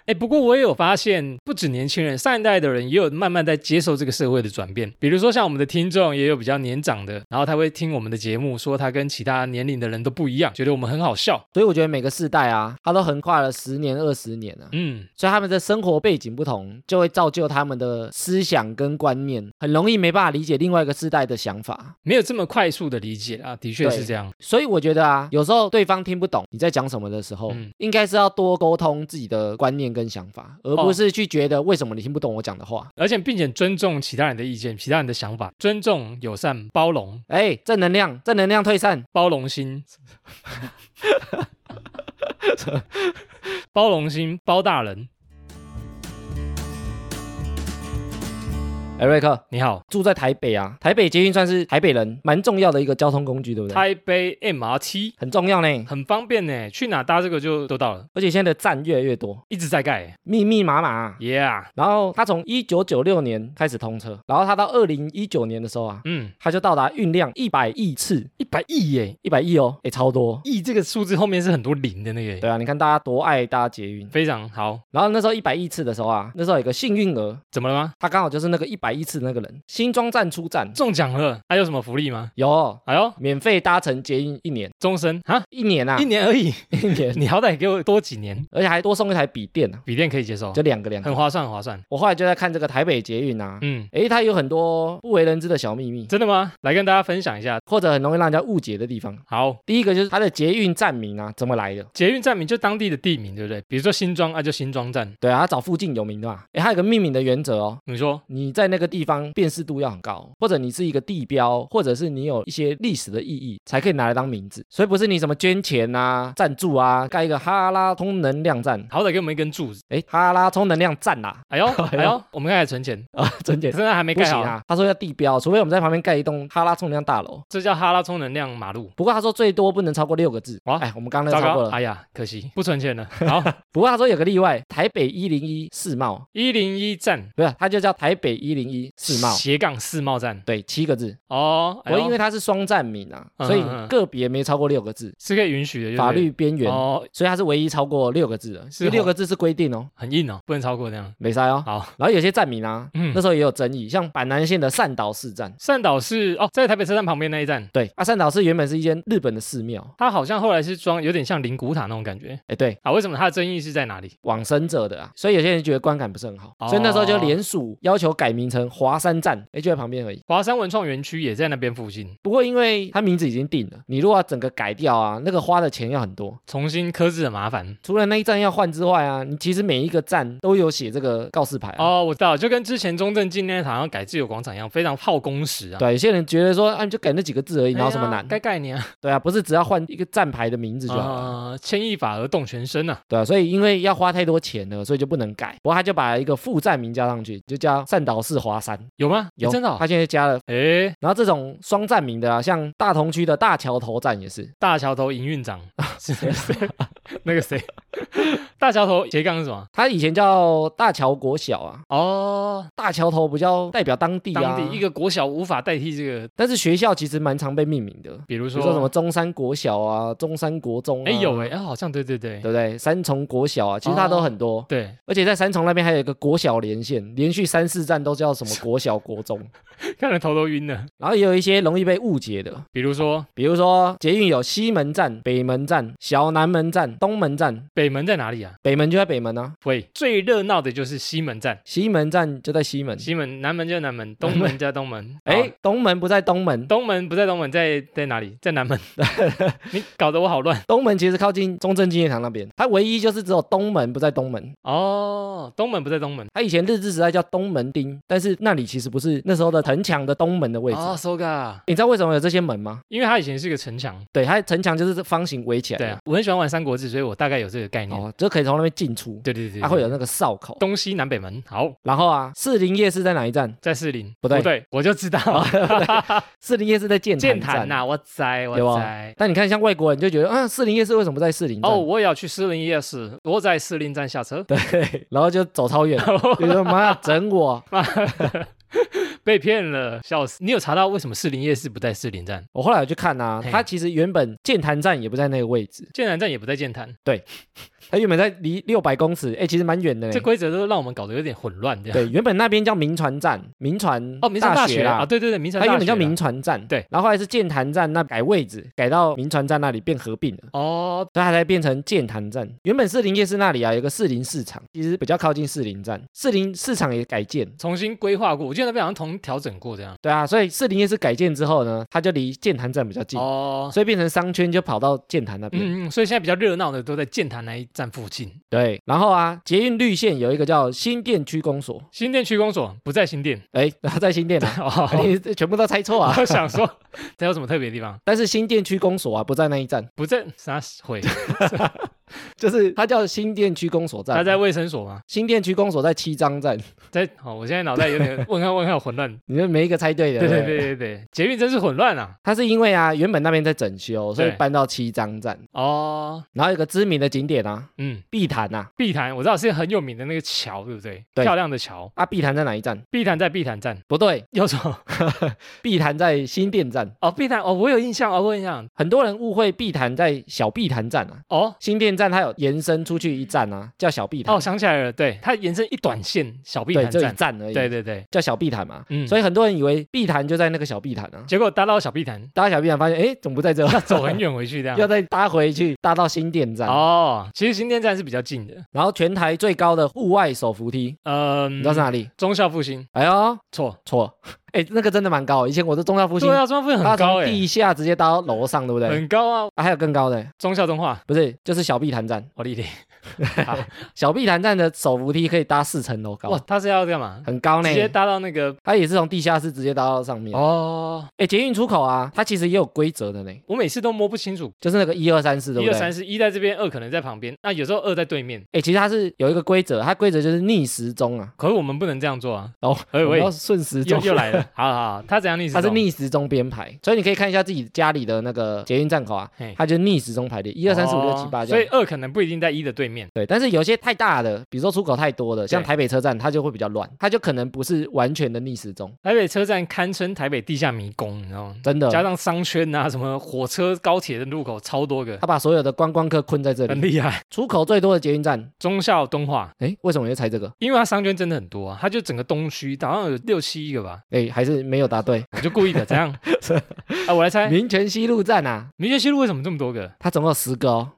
Speaker 1: 哎，不过我也有发现，不止年轻人，上一代的人也有慢慢在接受这个社会的转变。比如说，像我们的听众也有比较年长的，然后他会听我们的节目，说他跟其他年龄的人都不一样，觉得我们很好笑。
Speaker 2: 所以我觉得每个世代啊，它都横跨了十年、二十年啊，
Speaker 1: 嗯，
Speaker 2: 所以他们的生活背景不同，就会造就他们的思想跟观念，很容易没办法理解另外一个世代的想法。
Speaker 1: 没有这么快速的理解啊，的确是这样。
Speaker 2: 所以我觉得啊，有时候对方听不懂你在讲什么的时候，
Speaker 1: 嗯
Speaker 2: 应该是要多沟通自己的观念跟想法，而
Speaker 1: 哦
Speaker 2: 不是去觉得为什么你听不懂我讲的话。
Speaker 1: 而且，并且尊重其他人的意见、其他人的想法，尊重、友善、包容、
Speaker 2: 哎、正能量，正能量退散，
Speaker 1: 包容心，包容心，包大人。
Speaker 2: 艾瑞克
Speaker 1: 你好，
Speaker 2: 住在台北啊，台北捷运算是台北人蛮重要的一个交通工具，对不对？
Speaker 1: 台北 MRT
Speaker 2: 很重要呢，
Speaker 1: 很方便呢，去哪搭这个就都到了，
Speaker 2: 而且现在的站越来越多，
Speaker 1: 一直在盖
Speaker 2: 密密麻麻啊、
Speaker 1: ，Yeah，
Speaker 2: 然后它从一九九六年开始通车，然后它到二零一九年的时候啊，
Speaker 1: 嗯，
Speaker 2: 它就到达运量一百亿次，
Speaker 1: 一百亿耶，
Speaker 2: 一百亿哦，哎，超多。
Speaker 1: 亿 E 这个数字后面是很多零的那个耶，
Speaker 2: 对啊，你看大家多爱搭捷运。
Speaker 1: 非常好，
Speaker 2: 然后那时候一百亿次的时候啊，那时候有个幸运儿，
Speaker 1: 怎么了吗？
Speaker 2: 他刚好就是那个一百亿次的那个人，新庄站出站
Speaker 1: 中奖了，还有什么福利吗？
Speaker 2: 有
Speaker 1: 哎呦，
Speaker 2: 免费搭乘捷运一年，
Speaker 1: 终身啊，
Speaker 2: 一年啊，
Speaker 1: 一年而已，
Speaker 2: 一年，
Speaker 1: 你好歹给我多几年，
Speaker 2: 而且还多送一台笔电啊，
Speaker 1: 笔电可以接受
Speaker 2: 就，两个两个。
Speaker 1: 很划算，很划算，
Speaker 2: 我后来就在看这个台北捷运啊，
Speaker 1: 嗯。
Speaker 2: 诶，它有很多不为人知的小秘密，
Speaker 1: 真的吗？来跟大家分享一下。
Speaker 2: 或者很容易让人家误解的地方。
Speaker 1: 好，
Speaker 2: 第一个就是它的捷运站名啊，怎么来的？
Speaker 1: 捷运站名就当地的地名，对不对？比如说新庄啊，就新庄站。
Speaker 2: 对啊，它找附近有名的嘛。诶，它有个命名的原则哦，
Speaker 1: 你说
Speaker 2: 你在那个地方辨识度要很高，或者你是一个地标，或者是你有一些历史的意义，才可以拿来当名字。所以不是你什么捐钱啊、赞助啊，盖一个哈拉充能量站，
Speaker 1: 好歹给我们一根柱子。
Speaker 2: 哎，哈拉充能量站啦、
Speaker 1: 哎呦
Speaker 2: 呦
Speaker 1: 哎呦，我们刚才存钱，
Speaker 2: 啊，真简
Speaker 1: 现。在还没
Speaker 2: 不
Speaker 1: 盖
Speaker 2: 行
Speaker 1: 好。
Speaker 2: 啊，他说要地标，除非我们在旁边盖一栋哈拉充能量大楼。
Speaker 1: 这叫哈拉充能量马路。
Speaker 2: 不过他说最多不能超过六个字。
Speaker 1: 哇
Speaker 2: 哎，我们刚刚那
Speaker 1: 糟
Speaker 2: 个超过
Speaker 1: 糕，
Speaker 2: 了。
Speaker 1: 哎呀，可惜不存钱了。 好，
Speaker 2: 不过他说有个例外，台北一零一世贸，
Speaker 1: 一零一站
Speaker 2: 不是，它就叫台北一零一世贸。
Speaker 1: 斜杠世贸站。
Speaker 2: 对，七个字。
Speaker 1: 哦，哎
Speaker 2: 不过
Speaker 1: 呦
Speaker 2: 因为它是双站名啊，
Speaker 1: 嗯
Speaker 2: 所以
Speaker 1: 嗯嗯
Speaker 2: 个别没超过六个字，
Speaker 1: 是可以允许的，就是
Speaker 2: 法律边缘。
Speaker 1: 哦
Speaker 2: 所以它是唯一超过六个字的，
Speaker 1: 是
Speaker 2: 因为六
Speaker 1: 哦
Speaker 2: 个字是规定哦，
Speaker 1: 很硬哦，不能超过这样。
Speaker 2: 没塞哦。
Speaker 1: 好，
Speaker 2: 然后有些站名啊，
Speaker 1: 嗯
Speaker 2: 那时候也有争议，像板南线的善导寺站，
Speaker 1: 善导是哦，在台北车站旁边那一站，
Speaker 2: 对，啊，善导寺原本是一间日本的寺庙，
Speaker 1: 它好像后来是装有点像灵骨塔那种感觉
Speaker 2: 哎，对，
Speaker 1: 啊。为什么它的争议是在哪里？
Speaker 2: 往生者的啊，所以有些人觉得观感不是很好，
Speaker 1: 哦
Speaker 2: 所以那时候就联署要求改名成华山站，哎，就在旁边而已。
Speaker 1: 华山文创园区也在那边附近，
Speaker 2: 不过因为它名字已经定了，你如果要整个改掉啊，那个花的钱要很多。
Speaker 1: 重新刻字很麻烦。
Speaker 2: 除了那一站要换之外啊，你其实每一个站都有写这个告示牌、啊。
Speaker 1: 哦，我知道，就跟之前中正纪念堂要改自由广场一样，非常耗工时啊。
Speaker 2: 对，有些人觉得说，啊，你就改那几个字而已，哪有什么
Speaker 1: 哎
Speaker 2: 难
Speaker 1: 呀？该盖你啊！
Speaker 2: 对啊，不是只要换一个站牌的名字就好了。
Speaker 1: 呃，牵一发而动全身啊。
Speaker 2: 对啊，所以因为要花太多钱了，所以就不能改。不过他就把一个副站名加上去，就叫善导寺华山。
Speaker 1: 有吗？
Speaker 2: 有，
Speaker 1: 真的、哦
Speaker 2: 他。现在加了。
Speaker 1: 哎，
Speaker 2: 然后这种双站名的啊，像大同区的大桥头站也是，
Speaker 1: 大桥头营运 长是谁？ 那个谁？大桥头斜杠是什么？
Speaker 2: 它以前叫大桥国小啊，
Speaker 1: 哦，
Speaker 2: 大桥头比较代表当地啊，
Speaker 1: 当地一个国小无法代替这个，
Speaker 2: 但是学校其实蛮常被命名的，
Speaker 1: 比如
Speaker 2: 比
Speaker 1: 说
Speaker 2: 如说什么？中山国小啊，中山国中、啊，
Speaker 1: 哎，有哦哎，，啊好像对对对
Speaker 2: 对不对？三重国小啊，其实它都很多。
Speaker 1: 对，
Speaker 2: 而且在三重那边还有一个国小连线，连续三四站都叫什么国小、国中，
Speaker 1: 看得头都晕了。
Speaker 2: 然后也有一些容易被误解的，
Speaker 1: 比如说
Speaker 2: 比如说捷运有西门站、北门站、小南门站、东门站，
Speaker 1: 北门在哪里啊？
Speaker 2: 北门就在北门啊，
Speaker 1: 喂，最热闹的就是西门站，
Speaker 2: 西门站就在西门，
Speaker 1: 西门南门就南门，东门在东门。哦
Speaker 2: 哎，东门不在东门，
Speaker 1: 东门不在东门，在在哪里？在南 门。你搞得我好乱
Speaker 2: 东门其实靠近中正纪念堂那边，它唯一就是只有东门不在东门，
Speaker 1: 哦。东门不在东门。
Speaker 2: 它以前日治时代叫东门町，但是那里其实不是那时候的城墙的东门的位置。
Speaker 1: 哦，so ga，
Speaker 2: 你知道为什么有这些门吗？
Speaker 1: 因为它以前是个城墙。
Speaker 2: 对，它城墙就是方形围起来的，
Speaker 1: 对啊，我很喜欢玩三国志，所以我大概有这个概念。
Speaker 2: 哦，就可以从那边进出，
Speaker 1: 对对对，
Speaker 2: 它、
Speaker 1: 对
Speaker 2: 会有那个哨口。
Speaker 1: 东西南北门。好，
Speaker 2: 然后啊，士林夜市在哪一站？
Speaker 1: 在士林。
Speaker 2: 不对
Speaker 1: 不对，我就知 道
Speaker 2: 士林夜市在剑
Speaker 1: 剑
Speaker 2: 潭
Speaker 1: 潭啊
Speaker 2: 站啊
Speaker 1: 呐，我在
Speaker 2: 对
Speaker 1: 我
Speaker 2: 吧
Speaker 1: 在。
Speaker 2: 但你看，像外国人就觉得，啊，士林夜市为什么不在士林站？
Speaker 1: 哦，我也要去士林夜市，我在士林站下车，
Speaker 2: 对，然后就走超远，就说妈呀，整我！
Speaker 1: 被骗了，笑死！你有查到为什么士林夜市不在士林站，
Speaker 2: 我后来有去看啊，
Speaker 1: 嘿
Speaker 2: 它其实原本剑潭站也不在那个位置，
Speaker 1: 剑南站也不在剑潭？
Speaker 2: 它原本在离六百公尺，哎，其实蛮远的
Speaker 1: 这
Speaker 2: 嘞。
Speaker 1: 规则都让我们搞得有点混乱，这样。
Speaker 2: 对，原本那边叫民传站，民传
Speaker 1: 哦，明山大
Speaker 2: 学
Speaker 1: 学
Speaker 2: 啦
Speaker 1: 啊，，对对对，明山
Speaker 2: 它
Speaker 1: 大学啦。
Speaker 2: 原本叫民传站，
Speaker 1: 对，
Speaker 2: 然后后来是剑潭站那改位置，改到民传站那里变合并了。
Speaker 1: 哦，
Speaker 2: 所以它才变成剑潭站。原本士林夜市那里啊，有个士林市场，其实比较靠近士林站。士林市场也改建，
Speaker 1: 重新规划过，我记得那边好像重调整过这样。
Speaker 2: 对啊，所以士林夜市改建之后呢，它就离剑潭站比较近，
Speaker 1: 哦，
Speaker 2: 所以变成商圈就跑到剑潭那边。
Speaker 1: 嗯嗯，所以现在比较热闹的都在剑潭那一站附近。
Speaker 2: 对，然后啊，捷运绿线有一个叫新店区公所，
Speaker 1: 新店区公所不在新店，
Speaker 2: 哎， 然后在新店啊，
Speaker 1: 哦，
Speaker 2: 你这全部都猜错啊。
Speaker 1: 我想说，这有什么特别的地方？
Speaker 2: 但是新店区公所啊不在那一站，
Speaker 1: 不在啥回？
Speaker 2: 就是它叫新店区公所站，
Speaker 1: 他在卫生所吗？
Speaker 2: 新店区公所在七张站，
Speaker 1: 在好，我现在脑袋有点问号问号混乱。
Speaker 2: 你们每一个猜对的，
Speaker 1: 对
Speaker 2: 对
Speaker 1: 对
Speaker 2: 不
Speaker 1: 对对对，捷运真是混乱啊！
Speaker 2: 它是因为啊，原本那边在整修，所以
Speaker 1: 对
Speaker 2: 搬到七张站，
Speaker 1: 哦，
Speaker 2: 然后有个知名的景点啊，
Speaker 1: 嗯，
Speaker 2: 碧潭啊，
Speaker 1: 碧潭我知道是很有名的那个桥，对不对？
Speaker 2: 对
Speaker 1: 漂亮的桥，
Speaker 2: 啊，碧潭在哪一站？
Speaker 1: 碧潭在碧潭站，
Speaker 2: 不对，
Speaker 1: 有什么？
Speaker 2: 碧潭在新店站。
Speaker 1: 哦，碧潭哦，我有印象哦，我有印象
Speaker 2: 很多人误会碧潭在小碧潭站啊，
Speaker 1: 哦。
Speaker 2: 新店站它有延伸出去一站啊，叫小碧潭。
Speaker 1: 哦，想起来了，对，它延伸一短线小碧
Speaker 2: 对，
Speaker 1: 潭
Speaker 2: 就一
Speaker 1: 站，
Speaker 2: 站而已，
Speaker 1: 对对对，
Speaker 2: 叫小碧潭嘛。
Speaker 1: 嗯，
Speaker 2: 所
Speaker 1: 以
Speaker 2: 以很多人以为碧潭就在那个小碧潭啊，
Speaker 1: 结果搭到小碧潭，
Speaker 2: 搭小碧潭发现，哎，怎么不在这？
Speaker 1: 要 走很远回去这样
Speaker 2: 要。再搭回去，搭到新店站。
Speaker 1: 哦，其实新店站是比较近的，
Speaker 2: 然后全台最高的户外手扶梯，
Speaker 1: 嗯，
Speaker 2: 你知道是哪里？
Speaker 1: 中校复兴
Speaker 2: 哎呦，
Speaker 1: 错，
Speaker 2: 错， 哎，那个真的蛮高的。以前我的中校复兴
Speaker 1: 对，啊，中校复兴
Speaker 2: 它
Speaker 1: 很高
Speaker 2: 从
Speaker 1: 哎、
Speaker 2: 地下直接搭到楼上，对不对？
Speaker 1: 很高啊，
Speaker 2: 啊，还有更高的，
Speaker 1: 中校中化，
Speaker 2: 不是，就是小碧潭站。
Speaker 1: 我理解。
Speaker 2: 小碧潭站的手扶梯可以搭四层楼
Speaker 1: 哇
Speaker 2: 高，，
Speaker 1: 他是要干嘛？
Speaker 2: 很高呢
Speaker 1: 直。接搭到那个
Speaker 2: 它也是从地下室直接搭到上面。
Speaker 1: 哦，
Speaker 2: 哎，捷运出口啊，它其实也有规则的呢，
Speaker 1: 我每次都摸不清楚，
Speaker 2: 就是那个一二三四，对
Speaker 1: 一
Speaker 2: 不
Speaker 1: 二
Speaker 2: 对？
Speaker 1: 三是一在这边，二可能在旁边，那有时候二在对面，
Speaker 2: 哎、其实它是有一个规则，它规则就是逆时钟啊，
Speaker 1: 可是我们不能这样做啊。
Speaker 2: 哦，
Speaker 1: 哎
Speaker 2: 我们
Speaker 1: 喂
Speaker 2: 要，顺时
Speaker 1: 又
Speaker 2: 钟，
Speaker 1: 又 来了，好好好，他怎样逆时
Speaker 2: 它
Speaker 1: 钟？
Speaker 2: 是逆时钟编排，所以你可以看一下自己家里的那个捷运站口啊
Speaker 1: 嘿，
Speaker 2: 它就逆时钟排列，一
Speaker 1: 一
Speaker 2: 二三四五六七八这
Speaker 1: 哦所以
Speaker 2: 样。
Speaker 1: 二可能不一定在一的对面。
Speaker 2: 对，但是有些太大的，比如说出口太多的，像
Speaker 1: 对
Speaker 2: 台北车站，它就会比较乱，它就可能不是完全的逆时钟，
Speaker 1: 台北车站堪称台北地下迷宫，你知道吗？
Speaker 2: 真的。
Speaker 1: 加上商圈啊，什么火车、高铁的路口超多个，
Speaker 2: 它把所有的观光客困在这
Speaker 1: 很
Speaker 2: 里。
Speaker 1: 厉害。
Speaker 2: 出口最多的捷运站，
Speaker 1: 忠孝东化，
Speaker 2: 哎，为什么你会猜这个？
Speaker 1: 因为它商圈真的很多啊，它就整个东区好像有六七个吧，
Speaker 2: 哎，还是没有答对。
Speaker 1: 我就故意的， 怎样？啊，我来猜，
Speaker 2: 民权西路站啊，
Speaker 1: 民权西路为什么这么多个？
Speaker 2: 它总共有十个哦。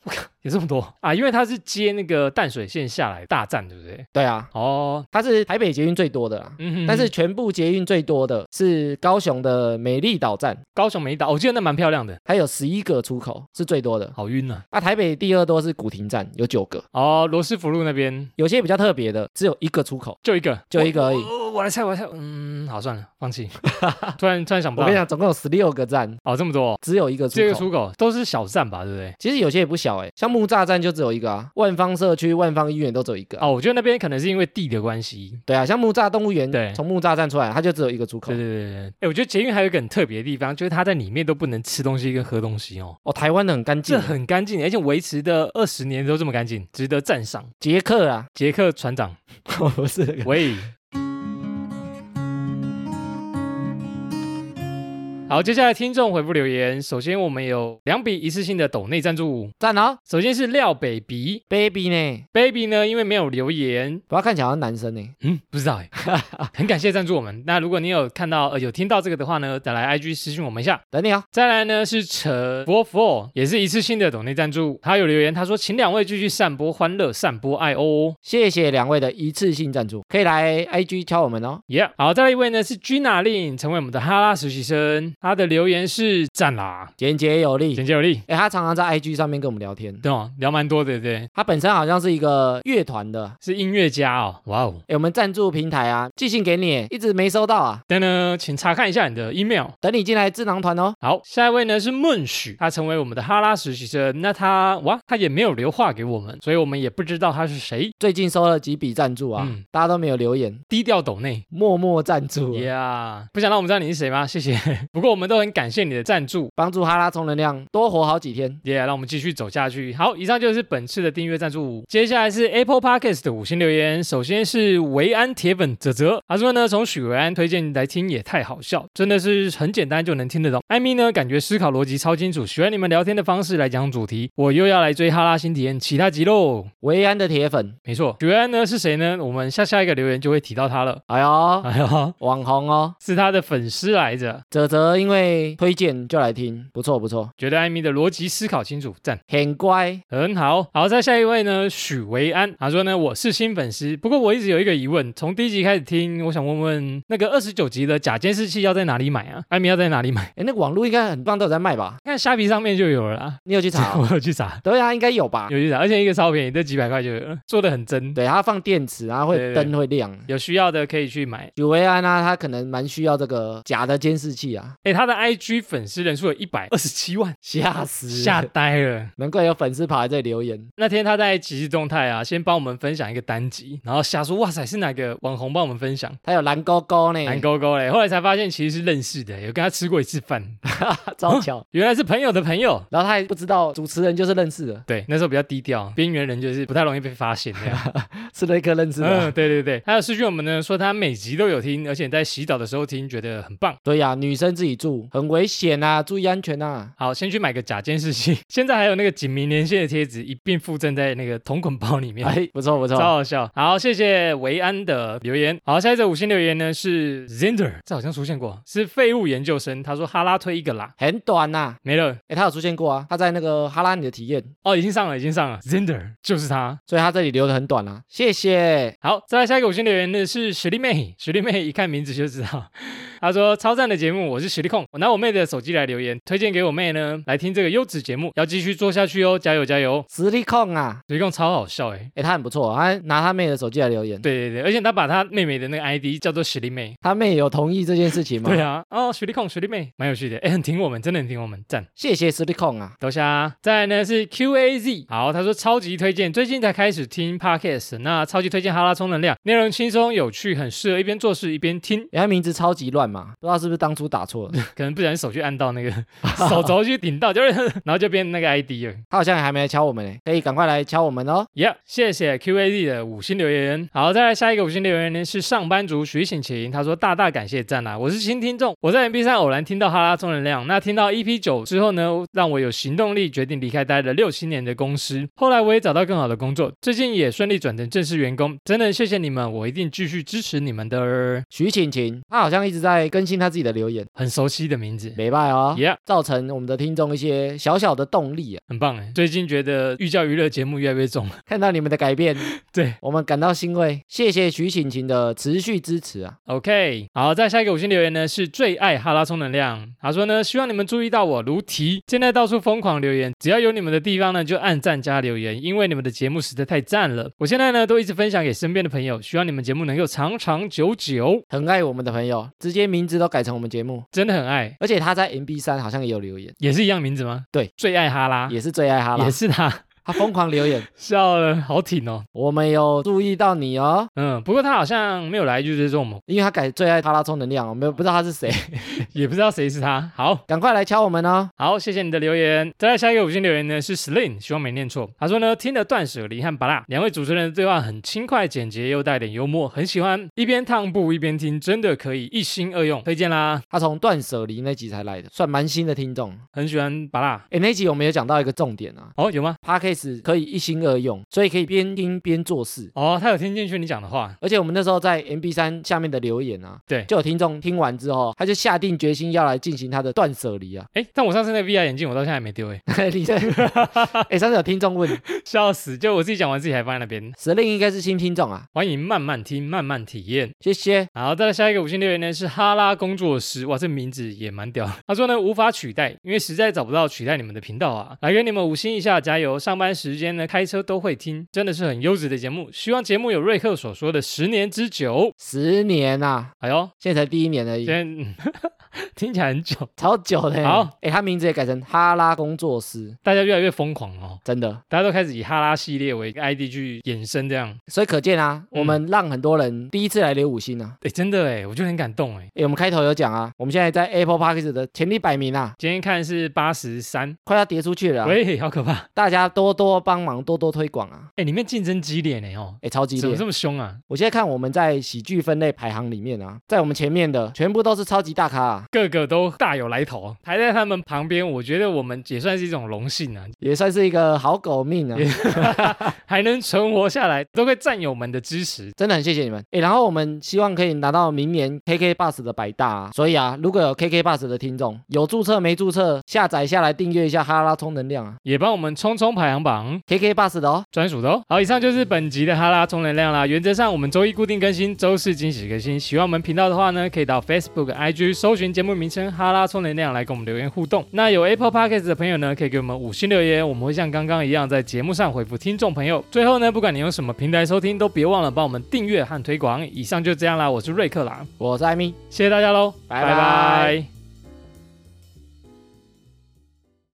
Speaker 1: 有这么多啊？因为它是接那个淡水线下来大站，对不对？
Speaker 2: 对啊，
Speaker 1: 哦，
Speaker 2: 它是台北捷运最多的啦。
Speaker 1: 嗯哼哼
Speaker 2: 但是全部捷运最多的是高雄的美丽岛站，
Speaker 1: 高雄梅岛，我记得那蛮漂亮的，
Speaker 2: 它有十一个出口是最多的。
Speaker 1: 好晕啊！
Speaker 2: 啊，台北第二多是古亭站，有九个。
Speaker 1: 哦，罗斯福路那边
Speaker 2: 有些比较特别的，只有一个出口，
Speaker 1: 就一个，哦
Speaker 2: 就一个而已。
Speaker 1: 我我我来猜，我来猜，嗯，好，算了，放弃。 突然突然想不
Speaker 2: 我
Speaker 1: 到
Speaker 2: 跟你，讲，总共有十六个站，
Speaker 1: 哦，这么多哦，
Speaker 2: 只有一个出
Speaker 1: 这个
Speaker 2: 口。
Speaker 1: 出口都是小站吧，对不对？
Speaker 2: 其实有些也不小哎、像木栅站就只有一个啊，万方社区、万方医院都只有一个、啊。
Speaker 1: 哦，我觉得那边可能是因为地的关系。
Speaker 2: 对啊，像木栅动物园
Speaker 1: 对，
Speaker 2: 从木栅站出来，它就只有一个出口
Speaker 1: 对。对对对，哎，我觉得捷运还有一个很特别的地方，就是它在里面都不能吃东西跟喝东西哦，
Speaker 2: 哦，台湾的很干净
Speaker 1: 这，很干净，而且维持的二十年都这么干净，值得赞赏。
Speaker 2: 捷克啊，
Speaker 1: 杰克船长，
Speaker 2: 哦不是那 个，
Speaker 1: 喂。好，接下来听众回复留言。首先，我们有两笔一次性的抖内赞助。
Speaker 2: 站啊
Speaker 1: 首先是廖北鼻
Speaker 2: ，baby 呢？
Speaker 1: baby 呢，因为没有留言，
Speaker 2: 不要看起来好像男生欸呢，
Speaker 1: 嗯，不知道哎，很感谢赞助我们。那如果你有看到呃有听到这个的话呢，再来 IG 私讯我们一下。
Speaker 2: 等你啊、
Speaker 1: 再来呢是陈 Four Four，也是一次性的抖内赞助。他有留言，他说请两位继续散播欢乐，散播爱哦。
Speaker 2: 谢谢两位的一次性赞助，可以来 IG 敲我们哦。
Speaker 1: Yeah，好，再来一位呢是 Gina Lin，成为我们的哈拉实习生。他的留言是赞啦，
Speaker 2: 简洁有力。
Speaker 1: 简洁有力，
Speaker 2: 哎，他常常在 IG 上面跟我们聊天。
Speaker 1: 对哦，聊蛮多的，对不对，
Speaker 2: 他本身好像是一个乐团的。
Speaker 1: 是音乐家哦，哇哦。
Speaker 2: 哎，我们赞助平台啊，寄信给你，一直没收到啊，
Speaker 1: 但呢，请查看一下你的 email。
Speaker 2: 等你进来智囊团哦。
Speaker 1: 好，下一位呢是孟许，他成为我们的哈拉实习生。那他哇，他也没有留话给我们，所以我们也不知道他是谁。
Speaker 2: 最近收了几笔赞助啊，
Speaker 1: 嗯
Speaker 2: 大家都没有留言，
Speaker 1: 低调抖内
Speaker 2: 默默赞助啊、
Speaker 1: ，Yeah，不想让我们知道你是谁吗？ 谢谢。不过我们都很感谢你的赞助。
Speaker 2: 帮助哈拉充能量，多活好几天。
Speaker 1: 耶、让我们继续走下去。好，以上就是本次的订阅赞助。接下来是 Apple Podcast 的五星留言，首先是维安铁粉泽泽，他说呢，从许维安推荐来听也太好笑，真的是很简单就能听得懂。艾米呢，感觉思考逻辑超清楚，喜欢你们聊天的方式来讲主题，我又要来追哈拉新体验其他集喽。
Speaker 2: 维安的铁粉，
Speaker 1: 没错，许维安呢是谁呢？我们下下一个留言就会提到他了。
Speaker 2: 哎呦，
Speaker 1: 哎呀，
Speaker 2: 网红哦，
Speaker 1: 是他的粉丝来着，
Speaker 2: 泽泽因为推荐就来听，不错不错，
Speaker 1: 觉得艾米的逻辑思考清楚，赞。
Speaker 2: 很乖。
Speaker 1: 很好，好，再下一位呢，许维安，他说呢，我是新粉丝，不过我一直有一个疑问，从第一集开始听，我想问问那个二十九集的假监视器要在哪里买啊？艾米要在哪里买？
Speaker 2: 哎，那个网络应该很棒，都有在卖吧？
Speaker 1: 看虾皮上面就有了啊，
Speaker 2: 你有去查、哦？
Speaker 1: 我有去查，
Speaker 2: 对啊，应该有吧？
Speaker 1: 有去查，而且一个超便宜，这几百块就有了，做的很真，
Speaker 2: 对，它放电池，然后
Speaker 1: 对
Speaker 2: 会
Speaker 1: 对
Speaker 2: 灯会亮。
Speaker 1: 有需要的可以去买。
Speaker 2: 许维安啊，他可能蛮需要这个假的监视器啊，
Speaker 1: 哎，他的 IG 粉丝人数有一百二十七万，
Speaker 2: 吓死，
Speaker 1: 吓，呆了。
Speaker 2: 难怪有粉丝跑来这里留言。
Speaker 1: 那天他在即时动态啊，先帮我们分享一个单集，然后瞎说哇塞是哪个网红帮我们分享。
Speaker 2: 他有蓝勾勾呢，
Speaker 1: 蓝勾勾嘞，后来才发现其实是认识的，有跟他吃过一次饭，
Speaker 2: 超巧。
Speaker 1: 原来是朋友的朋友。
Speaker 2: 然后他还不知道主持人就是认识的，
Speaker 1: 对，那时候比较低调，边缘人就是不太容易被发现那样。
Speaker 2: 是瑞克认识的。
Speaker 1: 嗯，对对对。还有私讯我们呢，说他每集都有听，而且在洗澡的时候听，觉得很棒。
Speaker 2: 对呀、女生自己住很危险啊，注意安全啊。
Speaker 1: 好，先去买个假监视器。 现在还有那个警民连线的贴纸，一并附赠在那个同捆包里面。
Speaker 2: 哎，不错不
Speaker 1: 超
Speaker 2: 错，
Speaker 1: 好笑，好，谢谢维安的留言。好，下一则五星留言呢是 Zinder，这好像出现过，是废物研究生。他说哈拉推一个啦，
Speaker 2: 很短呐、啊。
Speaker 1: 没了，
Speaker 2: 哎，他有出现过啊，他在那个哈拉尼的体验，
Speaker 1: 哦，已经上了，已经上了，Zinder 就是他。
Speaker 2: 所以他这里留的很短啊。谢谢，
Speaker 1: 好，再来下一个五星留言呢是实力妹，实力妹一看名字就知道， 她说超赞的节目，我是实力控，我拿我妹的手机来留言，推荐给我妹呢来听这个优质节目，要继续做下去哦，加油加油！
Speaker 2: 实力控啊。
Speaker 1: 实力控超好笑诶。
Speaker 2: 哎，他很不错，他拿他妹的手机来留言。
Speaker 1: 对对对，而且她把她妹妹的那个 ID 叫做实力妹。
Speaker 2: 他妹有同意这件事情吗？
Speaker 1: 对啊，哦，实力控，实力妹，蛮有趣的，哎，很挺我们，真的很挺我们，赞。
Speaker 2: 谢谢实力控啊。
Speaker 1: 等下，再来呢是 Q A Z，好，他说超级推荐，最近才开始听 podcast，那超级推荐哈拉充能量，内容轻松有趣，很适合一边做事一边听，
Speaker 2: 哎他名字超级乱嘛，不知道是不是当初打错 了。
Speaker 1: 可能不小心手去按到那个 手肘去顶到，就是 然后就变那个 ID 了。
Speaker 2: 他好像还没来敲我们呢，可以赶快来敲我们哦。
Speaker 1: 耶、谢谢 Q A Z 的五星留言。好，再来下一个五星留言呢是上班族徐醒晴，他说大大感谢赞啊，我是新听众，我在 M P 三偶然听到哈拉充能量，那听到 E P 九之后呢，让我有行动力，决定离开待了六七年的公司，后来我也找到更好的工作，最近也顺利转成正式员工，真的谢谢你们，我一定继续支持你们的。
Speaker 2: 徐晴晴，她好像一直在更新她自己的留言，
Speaker 1: 很熟悉的名字。
Speaker 2: 没败哦，
Speaker 1: 耶、
Speaker 2: 造成我们的听众一些小小的动力啊。
Speaker 1: 很棒哎！最近觉得寓教于乐节目越来越重了。
Speaker 2: 看到你们的改变，
Speaker 1: 对
Speaker 2: 我们感到欣慰，谢谢徐晴晴的持续支持啊。
Speaker 1: OK，好，再下一个五星留言呢是最爱哈拉充能量，他说呢希望你们注意到我如题，现在到处疯狂留言，只要有你们的地方呢就按赞加留言，因为你们的节目实在太赞了，我现在呢都一直分享给身边的朋友，希望你们节目能够长长久久，
Speaker 2: 很爱我们的朋友，直接名字都改成我们节目，
Speaker 1: 真的很爱，
Speaker 2: 而且他在 MB 三好像也有留言，
Speaker 1: 也是一样名字吗？
Speaker 2: 对，
Speaker 1: 最爱哈拉，
Speaker 2: 也是最爱哈拉
Speaker 1: 啊也，是他，
Speaker 2: 他疯狂留言，
Speaker 1: 笑了，好挺哦，
Speaker 2: 我们有注意到你哦，
Speaker 1: 嗯，不过他好像没有来就是说我们，
Speaker 2: 因为他改最爱哈拉充能量，我们不知道他是谁，
Speaker 1: 也不知道谁是他，好。
Speaker 2: 赶快来敲我们哦。
Speaker 1: 好，谢谢你的留言。再来下一个五星留言呢是 Slin，希望没念错。他说呢，听了断舍离和巴拉两位主持人的对话很轻快简洁，又带点幽默，很喜欢。一边烫布一边听，真的可以一心二用，推荐啦。
Speaker 2: 他从断舍离那集才来的，算蛮新的听众。
Speaker 1: 很喜欢巴拉。
Speaker 2: 哎，那集我们有讲到一个重点啊
Speaker 1: 哦，有吗？
Speaker 2: ，Podcast 可以一心二用，所以可以边听边做事。
Speaker 1: 哦，他有听进去你讲的话。
Speaker 2: 而且我们那时候在 MB 三下面的留言啊，
Speaker 1: 对
Speaker 2: 就有听众听完之后，他就下定决心要来进行他的断舍离啊。
Speaker 1: 哎，但我上次那个 VR 眼镜我到现在还没丢哎，
Speaker 2: 你这，哎，上次有听众问，
Speaker 1: 笑死！就我自己讲完自己还放在那边。
Speaker 2: 时令应该是新听众啊，
Speaker 1: 欢迎慢慢听，慢慢体验。
Speaker 2: 谢谢。
Speaker 1: 好，再来下一个五星留言呢是哈拉工作室，哇，这名字也蛮屌。他说呢无法取代，因为实在找不到取代你们的频道啊，来给你们五星一下，加油！上班时间呢开车都会听，真的是很优质的节目，希望节目有瑞克所说的十年之久。
Speaker 2: 十年啊，
Speaker 1: 哎呦，
Speaker 2: 现在才第一年而已
Speaker 1: 今，天、嗯 听起来很久，
Speaker 2: 超久的。
Speaker 1: 好，
Speaker 2: 哎，他名字也改成哈拉工作室，
Speaker 1: 大家越来越疯狂哦。
Speaker 2: 真的。
Speaker 1: 大家都开始以哈拉系列为 ID 去衍生，这样，
Speaker 2: 所以可见啊，
Speaker 1: 嗯
Speaker 2: 我们让很多人第一次来留五星啊。
Speaker 1: 哎，真的哎，我觉得很感动哎。
Speaker 2: 哎，我们开头有讲啊，我们现在在 Apple Podcast 的前一百名啊，
Speaker 1: 今天看是八十三，
Speaker 2: 快要跌出去了啊、
Speaker 1: 喂，好可怕！
Speaker 2: 大家多多帮忙，多多推广啊！
Speaker 1: 哎，里面竞争激烈呢哦，
Speaker 2: 哎，超级
Speaker 1: 怎么
Speaker 2: 烈
Speaker 1: 这！么凶啊？
Speaker 2: 我现在看我们在喜剧分类排行里面啊，在我们前面的全部都是超级大咖、啊，
Speaker 1: 个个都大有来头，排在他们旁边，我觉得我们也算是一种荣幸啊，
Speaker 2: 也算是一个好狗命啊
Speaker 1: 也！还能存活下来，都会战友们的支持。
Speaker 2: 真的很谢谢你们哎，然后我们希望可以拿到明年 KK Bus 的百大、啊，所以啊，如果有 KK Bus 的听众有注册没注册，下载下来订阅一下哈拉充能量啊
Speaker 1: 也帮我们冲冲排行榜
Speaker 2: ，KK Bus 的哦，
Speaker 1: 专属的哦。好，以上就是本集的哈拉充能量啦。原则上我们周一固定更新，周四惊喜更新。喜欢我们频道的话呢，可以到 Facebook、IG 搜寻节目名称“哈拉充能量”来跟我们留言互动。那有 Apple Podcast 的朋友呢，可以给我们五星留言，我们会像刚刚一样在节目上回复听众朋友。最后呢，不管你用什么平台收听，都别忘了帮我们订阅和推广。以上就这样啦，我是瑞克啦，
Speaker 2: 我是艾米。
Speaker 1: 谢谢大家喽，
Speaker 2: 拜拜